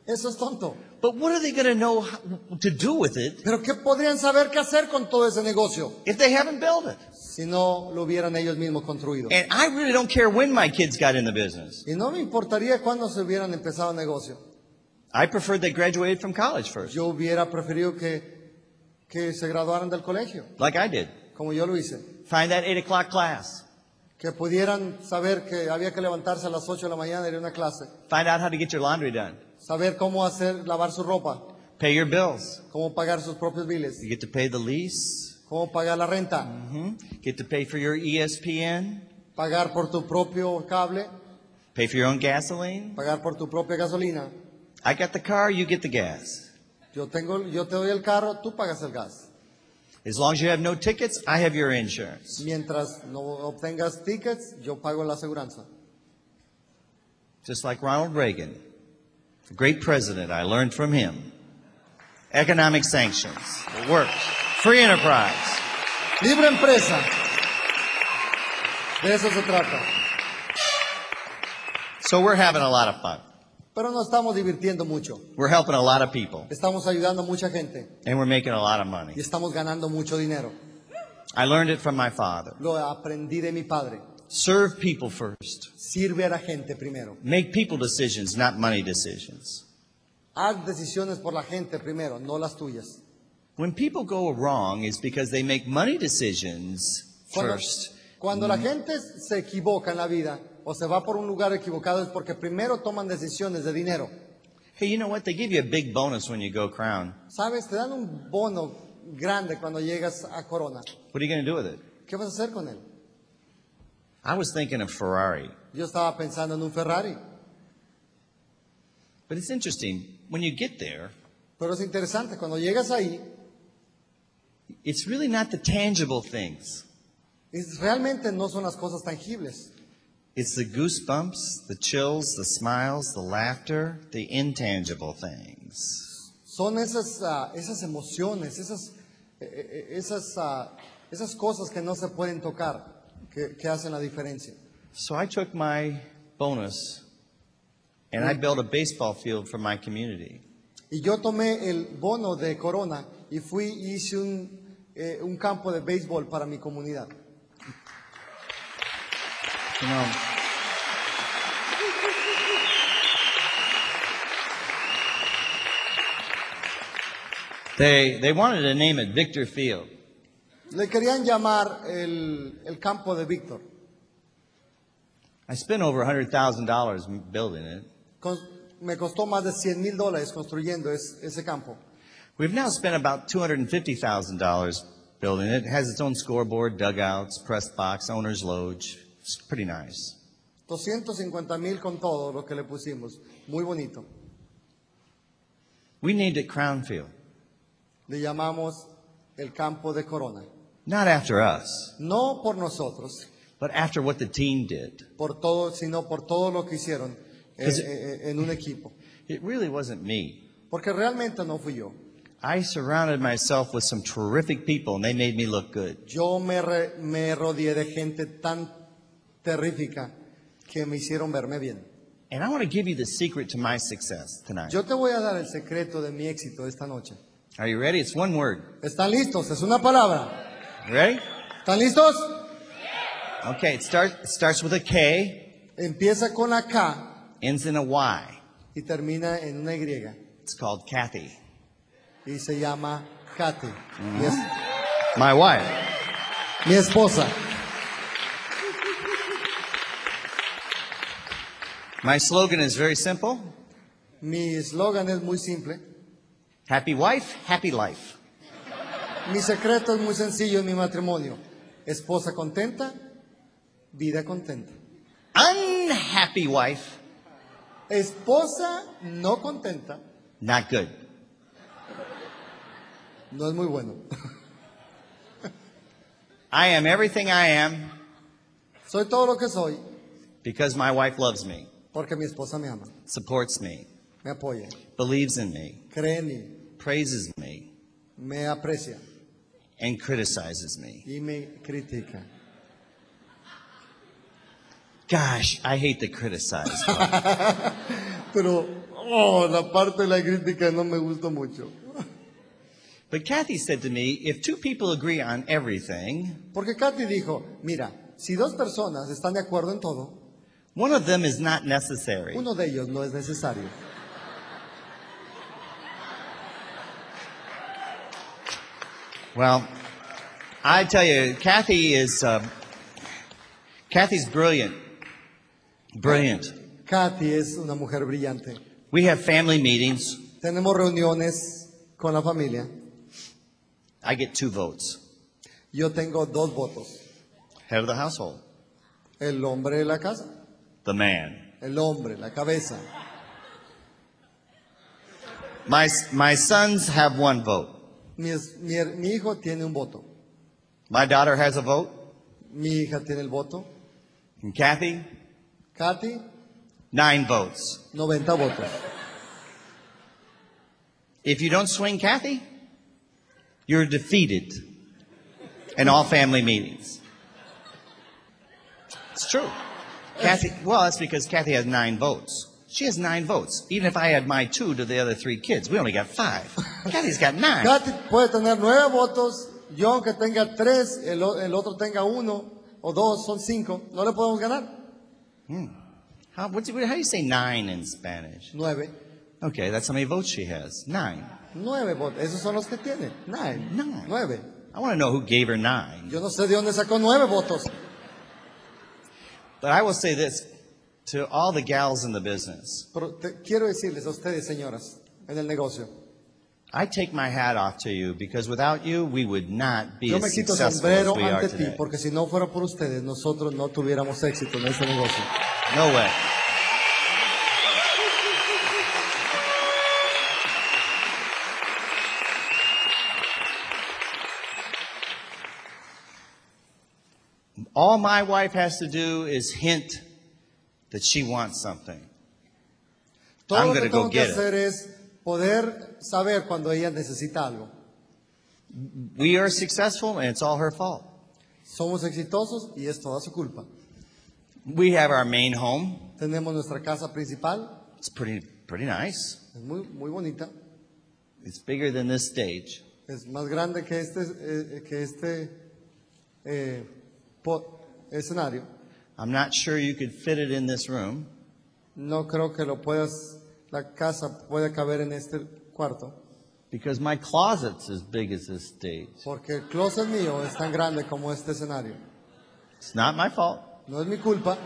S3: Eso es tonto.
S2: But what are they going to know how to do with it
S3: Pero ¿qué podrían saber qué hacer con todo ese negocio
S2: if they haven't built it?
S3: si no lo hubieran ellos mismos construido?
S2: And I really don't care when my kids got in the business.
S3: Y no me importaría cuándo se hubieran empezado el negocio.
S2: I preferred they graduated from college first,
S3: Yo hubiera preferido que, que se graduaran del colegio,
S2: like I did.
S3: como yo lo hice.
S2: Find that 8 o'clock class.
S3: Que pudieran saber que había que levantarse a las 8 de la mañana y ir a una clase.
S2: Find out how to get your laundry done.
S3: Saber cómo hacer, lavar su ropa,
S2: Pay your bills.
S3: cómo pagar sus propios biles,
S2: You get to pay the lease.
S3: cómo pagar la renta,
S2: hmm Get to pay for your E ESPN.
S3: pagar por tu propio cable,
S2: Pay for your own gasoline.
S3: pagar por tu propia gasolina.
S2: I got the car, you get the gas.
S3: Yo, tengo, yo te doy el carro, tú pagas el gas.
S2: As long as you have no tickets, I have your insurance.
S3: Mientras no obtengas tickets, yo pago la aseguranza.
S2: Just like Ronald Reagan, a great president, I learned from him. Economic sanctions. It works. Free enterprise.
S3: Libre empresa. De eso se trata.
S2: So we're having a lot of fun.
S3: Pero nos estamos divirtiendo mucho.
S2: We're helping a lot of people
S3: Estamos ayudando a mucha gente
S2: and we're making a lot of
S3: y
S2: money.
S3: estamos ganando mucho dinero.
S2: I learned it from my father.
S3: Lo aprendí de mi padre.
S2: Serve people first.
S3: Sirve a la gente primero.
S2: Make people decisions, not money decisions.
S3: Haz decisiones por la gente primero, no las tuyas.
S2: When people go wrong, it's because they make money decisions
S3: Cuando,
S2: first.
S3: cuando la gente se equivoca en la vida o se va por un lugar equivocado es porque primero toman decisiones de dinero.
S2: Hey, you know what? They give you a big bonus when you go crown.
S3: Sabes, te dan un bono grande cuando llegas a Corona.
S2: What are you going to do with it?
S3: ¿Qué vas a hacer con él?
S2: I was thinking of Ferrari.
S3: Yo estaba pensando en un Ferrari.
S2: But it's interesting. When you get there,
S3: Pero es interesante, cuando llegas ahí,
S2: it's really not the tangible things.
S3: es- realmente no son las cosas tangibles.
S2: It's the goosebumps, the chills, the smiles, the laughter, the intangible things.
S3: Son esas, ah, esas emociones, esas, eh, eh, esas, ah, esas cosas que no se pueden tocar, que, que hacen la diferencia.
S2: So I took my bonus and I built a baseball field for my community.
S3: Y yo tomé el bono de Corona y fui y hice un, eh, un campo de béisbol para mi comunidad.
S2: You know, they, they wanted to name it Victor Field,
S3: Le querían llamar el, el campo de Víctor.
S2: I spent over $100,000 building it.
S3: Con- me costó más de 100 mil dólares construyendo es- ese campo.
S2: We've now spent about $250,000 building it. It has its own scoreboard, dugouts, press box, owner's lodge. It's pretty nice.
S3: 250 mil con todo lo que le pusimos. Muy bonito.
S2: We named it Crown Field,
S3: Le llamamos el campo de Corona.
S2: not after us,
S3: No por nosotros,
S2: but after what the team did.
S3: por todo, sino por todo lo que hicieron eh,
S2: Is it-
S3: eh, en un equipo.
S2: It really wasn't me.
S3: Porque realmente no fui yo.
S2: I surrounded myself with some terrific people and they made me look good.
S3: Yo me, re- me rodeé de gente tan terrífica que me hicieron verme bien.
S2: And I want to give you the secret to my success tonight.
S3: Yo te voy a dar el secreto de mi éxito esta noche.
S2: Are you ready? It's one word.
S3: ¿Están listos? Es una palabra.
S2: You ready?
S3: ¿Están listos?
S2: Okay, it, start, it starts with a K,
S3: Empieza con la K
S2: ends in a Y.
S3: y termina en una Y.
S2: It's called Kathy,
S3: Y se llama Katy. Mi, es-
S2: my wife.
S3: mi esposa.
S2: My slogan is very simple
S3: Mi eslogan es muy simple.
S2: Happy wife, happy life.
S3: Mi secreto es muy sencillo en mi matrimonio. Esposa contenta, vida contenta.
S2: Unhappy wife,
S3: Esposa no contenta
S2: not good.
S3: no es muy bueno.
S2: I am everything I am
S3: Soy todo lo que soy
S2: because my wife loves me,
S3: porque mi esposa me ama,
S2: supports me,
S3: me apoya,
S2: believes in me,
S3: cree en mí,
S2: praises me,
S3: me aprecia
S2: and criticizes me.
S3: y me critica.
S2: Gosh, I hate the criticized.
S3: Pero oh, la parte de la crítica no me gustó mucho.
S2: [laughs] but Kathy said to me, if two people agree on everything,
S3: Porque Katy dijo, mira, si dos personas están de acuerdo en todo,
S2: one of them is not necessary.
S3: uno de ellos no es necesario.
S2: Well, I tell you, Kathy is uh, Kathy's brilliant, brilliant.
S3: Katy es una mujer brillante.
S2: We have family meetings.
S3: Tenemos reuniones con la familia.
S2: I get two votes,
S3: Yo tengo dos votos.
S2: head of the household,
S3: El hombre de la casa,
S2: the man.
S3: el hombre, la cabeza.
S2: My my sons have one vote.
S3: Mi, es- mi her- mi hijo tiene un voto.
S2: My daughter has a vote,
S3: Mi hija tiene el voto.
S2: and Kathy
S3: Katy,
S2: nine votes.
S3: 90 votos.
S2: If you don't swing Kathy, you're defeated in all family meetings. It's true. Kathy, well, that's because Kathy has nine votes. She has nine votes. Even if I had my two to the other three kids, we only got five. Kathy's got nine.
S3: Katy puede tener nueve votos. Yo, aunque tenga tres, el, o- el otro tenga uno o dos, son cinco. No le podemos ganar.
S2: How, what's, how do you say nine in Spanish?
S3: Nueve.
S2: Okay, that's how many votes she has. Nine.
S3: Nueve votos. Esos son los que tiene. Nine.
S2: Nine.
S3: Nueve.
S2: I want to know who gave her nine.
S3: Yo no sé de dónde sacó nueve votos.
S2: But I will say this to all the gals in the business.
S3: Pero te- quiero decirles a ustedes, señoras, en el negocio.
S2: I take my hat off to you because without you, we would not be
S3: Yo me
S2: as
S3: quito el
S2: successful as
S3: sombrero
S2: we are
S3: ante ti,
S2: today.
S3: porque si no fuera por ustedes, nosotros no tuviéramos éxito en este negocio.
S2: No way. All my wife has to do is hint that she wants something.
S3: Todo
S2: I'm
S3: lo que
S2: gonna
S3: tengo
S2: go
S3: que
S2: get it.
S3: hacer es poder saber cuando ella necesita algo.
S2: We are successful and it's all her fault.
S3: Somos exitosos y es toda su culpa.
S2: We have our main home.
S3: Tenemos nuestra casa principal,
S2: It's pretty, pretty nice.
S3: es muy, muy bonita,
S2: It's bigger than this stage.
S3: es más grande que este, eh, que este eh, po- escenario.
S2: I'm not sure you could fit it in this room,
S3: No creo que lo puedas, la casa pueda caber en este cuarto,
S2: because my closet's as big as this stage.
S3: porque el closet mío es tan grande como este escenario.
S2: It's not my fault.
S3: No es mi culpa,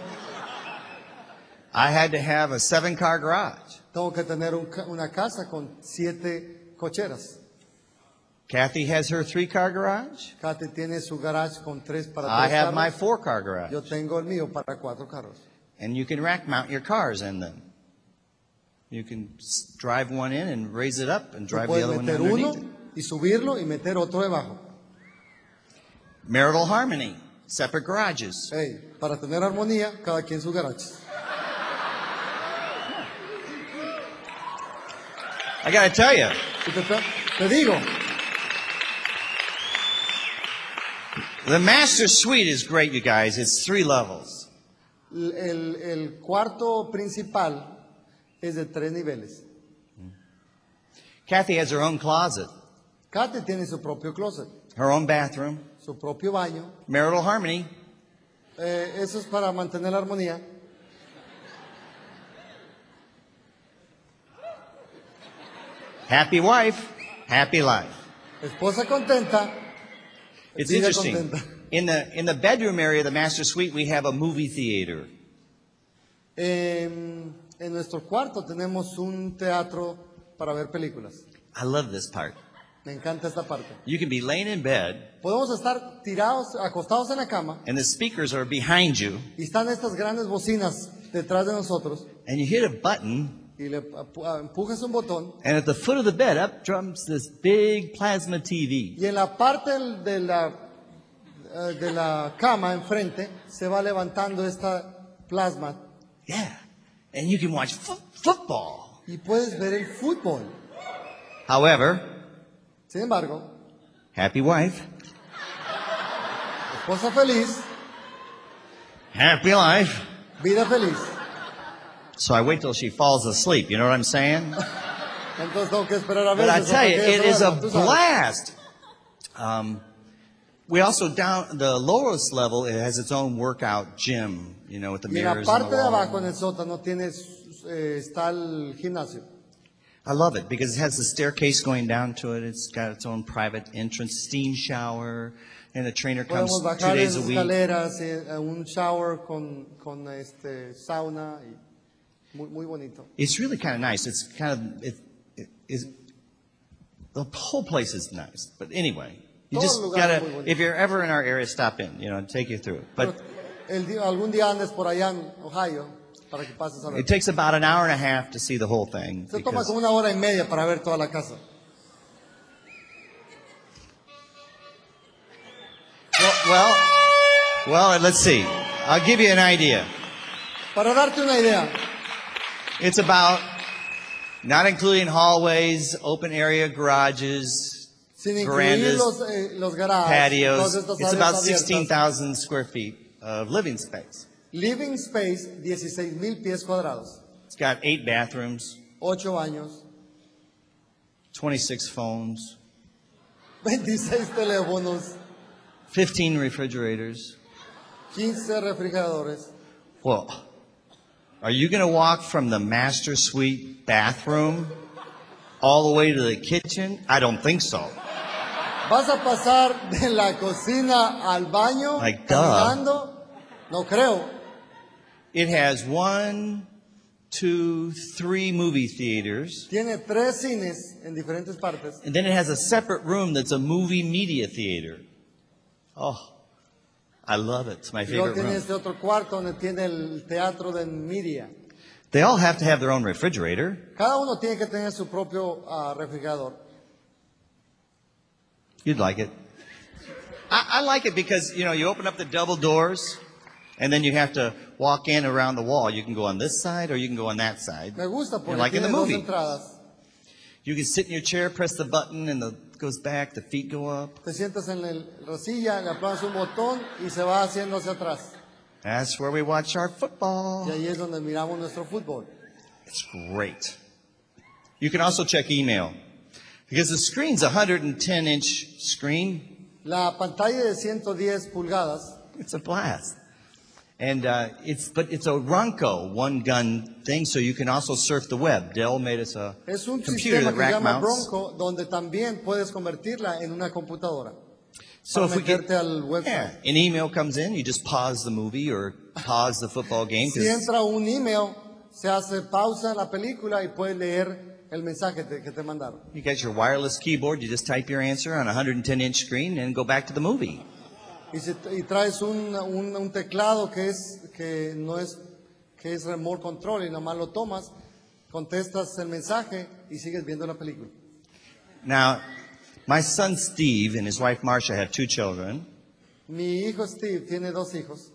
S2: I had to have a seven car garage.
S3: tengo que tener un ca- una casa con siete cocheras.
S2: Kathy has her three car garage.
S3: Kate tiene su garage con tres para
S2: I
S3: tres
S2: have my
S3: carros.
S2: four car garage.
S3: Yo tengo el mío para cuatro carros.
S2: And you can rack mount your cars in them. You can s- drive one in and raise it up and
S3: Tú
S2: drive the
S3: puedes
S2: other one
S3: meter uno
S2: underneath it.
S3: y subirlo y meter otro debajo.
S2: Marital harmony, separate garages.
S3: Ey, para tener armonía, cada quien su garage.
S2: I gotta tell you,
S3: Y te, te digo,
S2: the master suite is great, you guys. It's three levels.
S3: el, el cuarto principal es de tres niveles.
S2: Kathy has her own closet,
S3: Kate tiene su propio closet,
S2: her own bathroom.
S3: su propio baño.
S2: Marital harmony.
S3: Eh, eso es para mantener la armonía.
S2: Happy wife, happy life.
S3: Esposa contenta.
S2: It's
S3: vida
S2: interesting.
S3: contenta.
S2: In the in the bedroom area of the master suite, we have a movie theater.
S3: Em, en nuestro cuarto tenemos un teatro para ver películas.
S2: I love this part.
S3: Me encanta esta parte.
S2: You can be laying in bed,
S3: Podemos estar tirados, acostados en la cama
S2: and the speakers are behind you,
S3: y están estas grandes bocinas detrás de nosotros
S2: and you hit a button,
S3: y le apu- a- empujas un botón
S2: and at the foot of the bed, up jumps this big plasma TV.
S3: y en la parte del- de la, eh, de la cama enfrente se va levantando esta plasma
S2: Yeah, and you can watch fo- football.
S3: y puedes ver el fútbol.
S2: However,
S3: Sin embargo,
S2: happy wife,
S3: esposa feliz,
S2: happy life.
S3: vida feliz.
S2: So I wait till she falls asleep. You know what I'm saying?
S3: Entonces tengo que esperar a
S2: But
S3: ver.
S2: I tell you, it is a blast. Um, we also down the lowest level. It has its own workout gym, you know, with the
S3: Y en la
S2: mirrors. And the
S3: parte de
S2: wall.
S3: abajo, en el sótano, tienes, eh, está el gimnasio.
S2: I love it because it has the staircase going down to it. It's got its own private entrance, steam shower, and the trainer comes
S3: Podemos
S2: two
S3: bajar
S2: days
S3: las
S2: a week.
S3: escaleras, eh, a un shower con, con este, sauna. Y muy, muy bonito.
S2: It's really kind of nice. It's kind of it, it is. The whole place is nice, but anyway, you
S3: Todo
S2: just
S3: lugar muy
S2: gotta.
S3: bonito.
S2: If you're ever in our area, stop in. You know, and take you through it. But
S3: El día- algún día andes por allá en Ohio para que pases a ver.
S2: It takes about an hour and a half to see the whole thing.
S3: Se toma
S2: because-
S3: como una hora y media para ver toda la casa.
S2: well, well, well, let's see. I'll give you an idea.
S3: Para darte una idea,
S2: It's about, not including hallways, open area garages,
S3: sin incluir
S2: Verandas,
S3: los, eh, los garajes,
S2: patios,
S3: todas estas
S2: it's
S3: áreas
S2: about 16,000
S3: abiertas,
S2: square feet of living space.
S3: living space, 16 mil pies cuadrados,
S2: It's got eight bathrooms,
S3: 8 baños,
S2: 26 phones,
S3: 26 teléfonos,
S2: 15 refrigerators.
S3: 15 refrigeradores.
S2: Well, are you going to walk from the master suite bathroom all the way to the kitchen? I don't think so.
S3: ¿Vas a pasar de la cocina al baño
S2: Like, duh.
S3: caminando? No creo.
S2: It has one, two, three movie theaters,
S3: Tiene tres cines en diferentes partes.
S2: and then it has a separate room that's a movie media theater. Oh, I love it. It's my
S3: Y luego
S2: favorite
S3: tiene
S2: room.
S3: este otro cuarto donde tiene el teatro de Miria.
S2: They all have to have their own refrigerator.
S3: Cada uno tiene que tener su propio ah, refrigerador.
S2: You'd like it. I, I like it because, you know, you open up the double doors, and then you have to walk in around the wall. You can go on this side or you can go on that side.
S3: Me gusta porque
S2: You're like in
S3: tiene
S2: the
S3: dos
S2: movie.
S3: entradas.
S2: You can sit in your chair, press the button, and the, it goes back, the feet go up.
S3: Te sientas en el- la silla, le aplanas un botón y se va haciendo hacia atrás.
S2: That's where we watch our
S3: Y
S2: football.
S3: ahí es donde miramos nuestro fútbol.
S2: It's great. You can also check email. Because the screen's a 110 inch screen.
S3: La pantalla de 110 pulgadas
S2: It's a blast. And uh, it's, but it's a Ronco one gun thing, so you can also surf the web. Dell made us a
S3: es un
S2: computer
S3: sistema
S2: that
S3: que se
S2: rack
S3: llama
S2: mounts.
S3: Bronco, donde también puedes convertirla en una computadora.
S2: So if
S3: para
S2: we get
S3: meterte al website.
S2: yeah, an email comes in, you just pause the movie or pause the football game.
S3: [laughs]
S2: 'cause
S3: Si entra un email, se hace pausa la película y puedes leer el mensaje te- que te mandaron.
S2: You got your wireless keyboard, you just type your answer on a 110 inch screen and go back to the movie.
S3: Y, si- y traes un, un- un teclado que es que no es que es remote control y nomás lo tomas, contestas el mensaje y sigues viendo la película.
S2: Now, my son Steve and his wife Marcia have two children.
S3: Mi hijo Steve tiene dos hijos.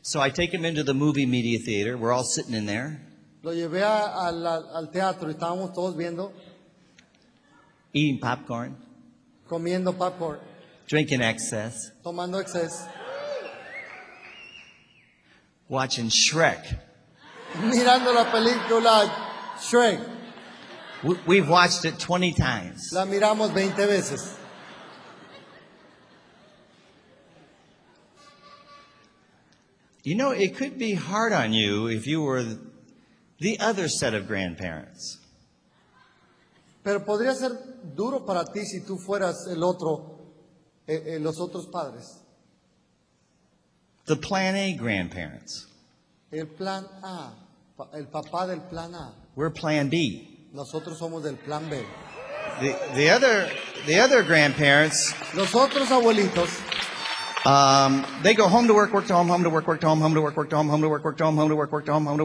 S2: So I take him into the movie media theater. We're all sitting in there
S3: Lo llevé a- a la- al teatro y estábamos todos viendo,
S2: eating popcorn,
S3: comiendo popcorn,
S2: drinking excess,
S3: tomando exceso,
S2: watching Shrek.
S3: mirando la película Shrek.
S2: We- We've watched it 20 times.
S3: La miramos 20 veces.
S2: You know, it could be hard on you if you were the other set of grandparents.
S3: Pero podría ser duro para ti si tú fueras el otro, eh, eh, los otros padres.
S2: The Plan A grandparents.
S3: El plan A, pa- el papá del plan A.
S2: We're Plan B.
S3: Nosotros somos del plan B.
S2: The, the, other, the other grandparents,
S3: Los otros abuelitos
S2: um, they go home to work, work to home, home to work, work to home, home to work, work to home, home to work, work to home, home to work, work to home, home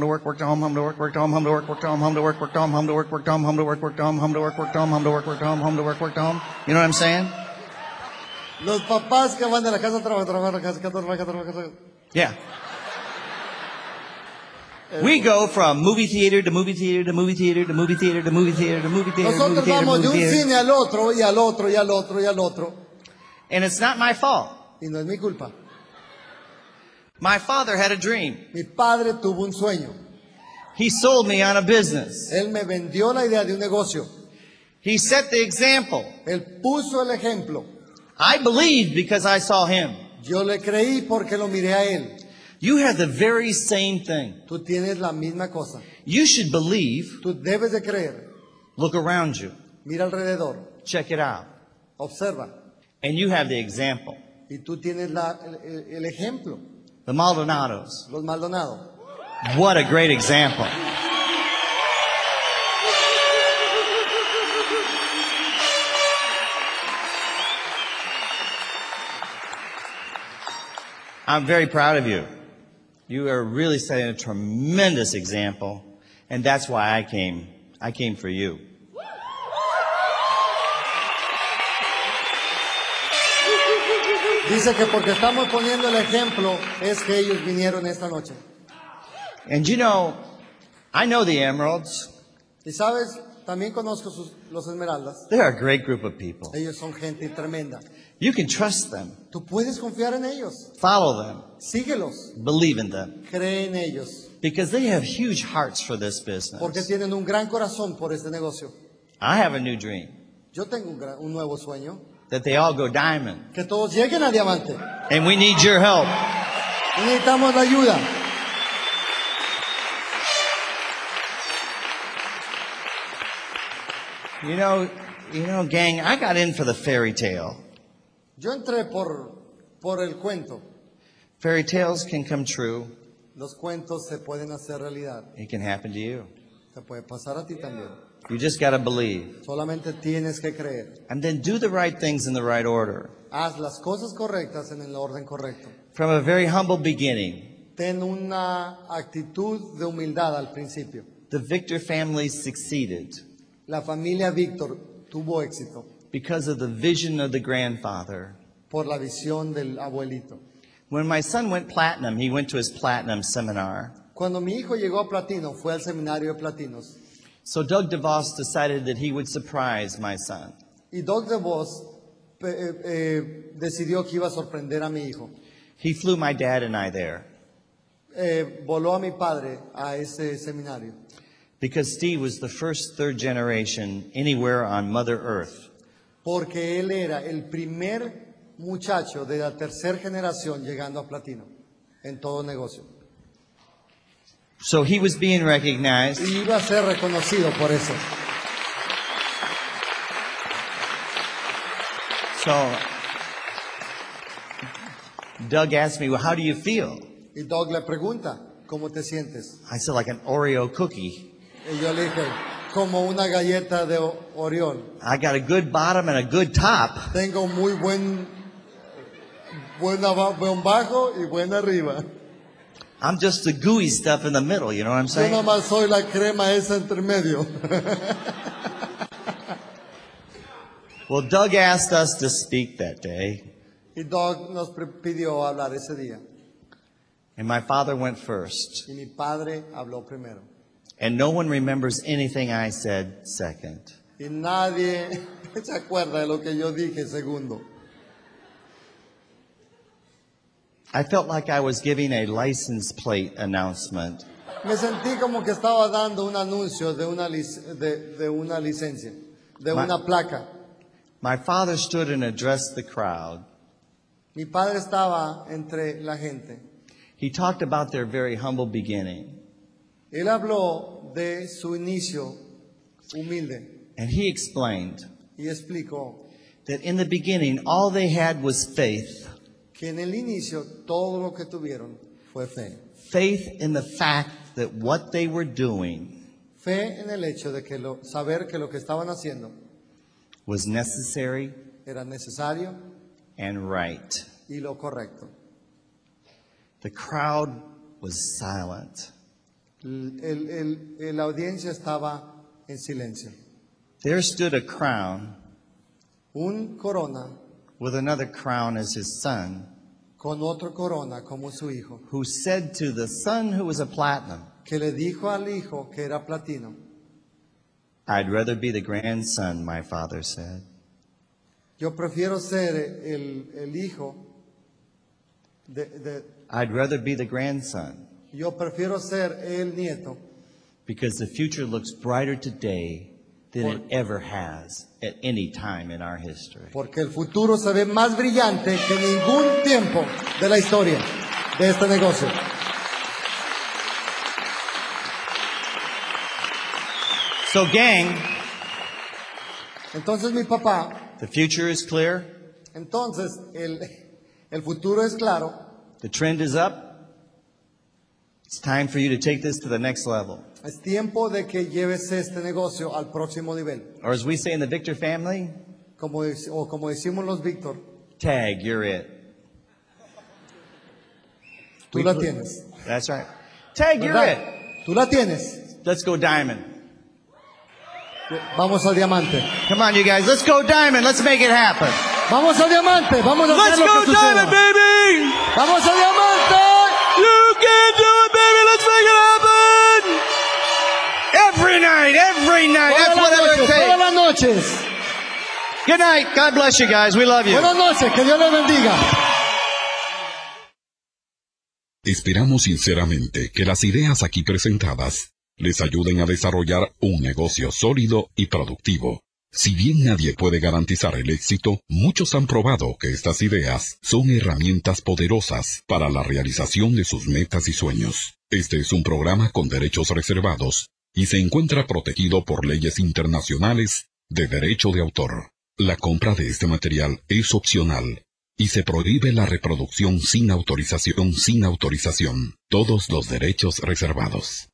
S2: to work, work to home, home to work, work to home, home to work, work to home, home to work, work to home, home to work, work to home, home to work, work to home, home to work, work to home, home to work, work to home, home to work, work to home, home to work, work to home. You know what I'm saying?
S3: Los papás que van de la casa a trabajar, trabajar, la casa, trabajar, trabajar, trabajar.
S2: Yeah. We go from movie theater to movie theater to movie theater to movie theater to movie theater to movie theater to movie
S3: Nosotros
S2: theater.
S3: vamos de
S2: to
S3: un
S2: movie theater.
S3: cine al otro y al otro y al otro y al otro.
S2: And it's not my fault.
S3: Y no es mi culpa.
S2: My father had a dream.
S3: Mi padre tuvo un sueño.
S2: He sold me on a business.
S3: Él me vendió la idea de un negocio.
S2: He set the example.
S3: Él puso el ejemplo.
S2: I believed because I saw him.
S3: Yo le creí porque lo miré a él.
S2: You have the very same thing.
S3: Tú tienes la misma cosa.
S2: You should believe.
S3: Tú debes de creer.
S2: Look around you.
S3: Mira alrededor.
S2: Check it out.
S3: Observa.
S2: And you have the example.
S3: Y tú tienes la- el- el, el ejemplo.
S2: The Maldonados.
S3: Los Maldonado.
S2: What a great example. I'm very proud of you. You are really setting a tremendous example, and that's why I came. I came for you.
S3: Dice que porque estamos poniendo el ejemplo es que ellos vinieron esta noche.
S2: And you know, I know the Emeralds.
S3: Y sabes, también conozco sus- los Esmeraldas.
S2: They're a great group of people.
S3: Ellos son gente tremenda.
S2: You can trust them,
S3: Tú puedes confiar en ellos.
S2: follow them,
S3: Síguelos.
S2: believe in them,
S3: Cree en ellos.
S2: because they have huge hearts for this
S3: Porque
S2: business.
S3: tienen un gran corazón por este negocio.
S2: I have a new dream.
S3: Yo tengo un, gran- un nuevo sueño.
S2: that they all go diamond.
S3: Que todos lleguen a diamante.
S2: And we need your help.
S3: Y necesitamos la ayuda.
S2: You know, you know, gang, I got in for the fairy tale.
S3: Yo entré por, por el cuento.
S2: Fairy tales can come true.
S3: Los cuentos se pueden hacer realidad.
S2: It can happen to you.
S3: Te puede pasar a ti también.
S2: You just got to believe.
S3: Solamente tienes que creer.
S2: And then do the right things in the right order.
S3: Haz las cosas correctas en el orden correcto.
S2: From a very humble beginning,
S3: Ten una actitud de humildad al principio.
S2: the Victor family succeeded
S3: La familia Víctor tuvo éxito
S2: because of the vision of the grandfather.
S3: por la visión del abuelito.
S2: When my son went platinum, he went to his platinum seminar.
S3: Cuando mi hijo llegó a Platino, fue al seminario de Platinos.
S2: So Doug DeVos decided that he would surprise my son.
S3: Y Doc DeVos pe- eh, eh, decidió que iba a sorprender a mi hijo.
S2: He flew my dad and I there.
S3: Eh, voló a mi padre a ese seminario.
S2: because Steve was the first third generation anywhere on Mother Earth.
S3: porque él era el primer muchacho de la tercera generación llegando a platino en todo negocio.
S2: So he was being recognized.
S3: Y iba a ser reconocido por eso.
S2: So Doug asked me, Well, how do you feel?
S3: Y Doug le pregunta, ¿cómo te sientes?
S2: I said, Like an Oreo cookie.
S3: Y yo le dije, como una galleta de O- Orión.
S2: I got a good bottom and a good top.
S3: Tengo muy buen, buena ba- buen bajo y buen arriba.
S2: I'm just the gooey stuff in the middle, you know what I'm
S3: Yo
S2: saying?
S3: nomás soy la crema esa entre medio. [laughs]
S2: Well, Doug asked us to speak that day,
S3: Y Doug nos pre- pidió hablar ese día.
S2: and my father went first.
S3: Y mi padre habló primero.
S2: And no one remembers anything I said second.
S3: Y nadie [laughs] se acuerda de lo que yo dije segundo.
S2: I felt like I was giving a license plate announcement.
S3: Me sentí como que estaba dando un anuncio de una, lic- de, de una licencia, de
S2: Ma-
S3: una placa.
S2: My father stood and addressed the crowd.
S3: Mi padre estaba entre la gente.
S2: He talked about their very humble beginning,
S3: Él habló de su inicio humilde
S2: and he explained
S3: y explicó
S2: that in the beginning, all they had was faith
S3: que en el inicio todo lo que tuvieron fue fe.
S2: faith in the fact that what they were doing
S3: Fe en el hecho de que lo, saber que lo que estaban haciendo
S2: was necessary
S3: era necesario
S2: and right.
S3: y lo correcto.
S2: The crowd was silent.
S3: El- el- el- el- la audiencia estaba en silencio.
S2: There stood a crown
S3: Un corona
S2: with another crown as his son,
S3: con otro corona como su hijo,
S2: who said to the son who was a platinum,
S3: que le dijo al hijo que era platino,
S2: I'd rather be the grandson, my father said.
S3: yo prefiero ser el, el hijo de, de-
S2: I'd rather be the grandson
S3: yo prefiero ser el nieto,
S2: because the future looks brighter today than it ever has at any time in our history.
S3: porque el futuro se ve más brillante que ningún tiempo de la historia de este negocio.
S2: So, gang,
S3: Entonces mi papá,
S2: the future is clear,
S3: entonces el, el futuro es claro,
S2: the trend is up. It's time for you to take this to the next level.
S3: es tiempo de que lleves este negocio al próximo nivel,
S2: Or, as we say in the Victor family,
S3: como, dec- o como decimos los Víctor,
S2: tag, you're it.
S3: tú la tienes.
S2: That's right. Tag, you're
S3: ¿verdad?
S2: it.
S3: Tú la tienes.
S2: Let's go diamond.
S3: Vamos al diamante.
S2: Come on, you guys. Let's go diamond. Let's make it happen.
S3: Vamos al diamante. Vamos a
S2: Let's
S3: hacer lo
S2: go
S3: que suceda.
S2: diamond, baby.
S3: Vamos al diamante.
S2: You can do it, baby. Let's make it happen. Every night, every night. That's
S3: Buenas
S2: whatever it
S3: noches.
S2: takes.
S3: Buenas las noches.
S2: Good night. God bless you guys. We love you.
S3: Buenas noches. Que Dios les bendiga.
S1: Esperamos sinceramente que las ideas aquí presentadas les ayuden a desarrollar un negocio sólido y productivo. Si bien nadie puede garantizar el éxito, muchos han probado que estas ideas son herramientas poderosas para la realización de sus metas y sueños. Este es un programa con derechos reservados y se encuentra protegido por leyes internacionales de derecho de autor. La compra de este material es opcional y se prohíbe la reproducción sin autorización, sin autorización. Todos los derechos reservados.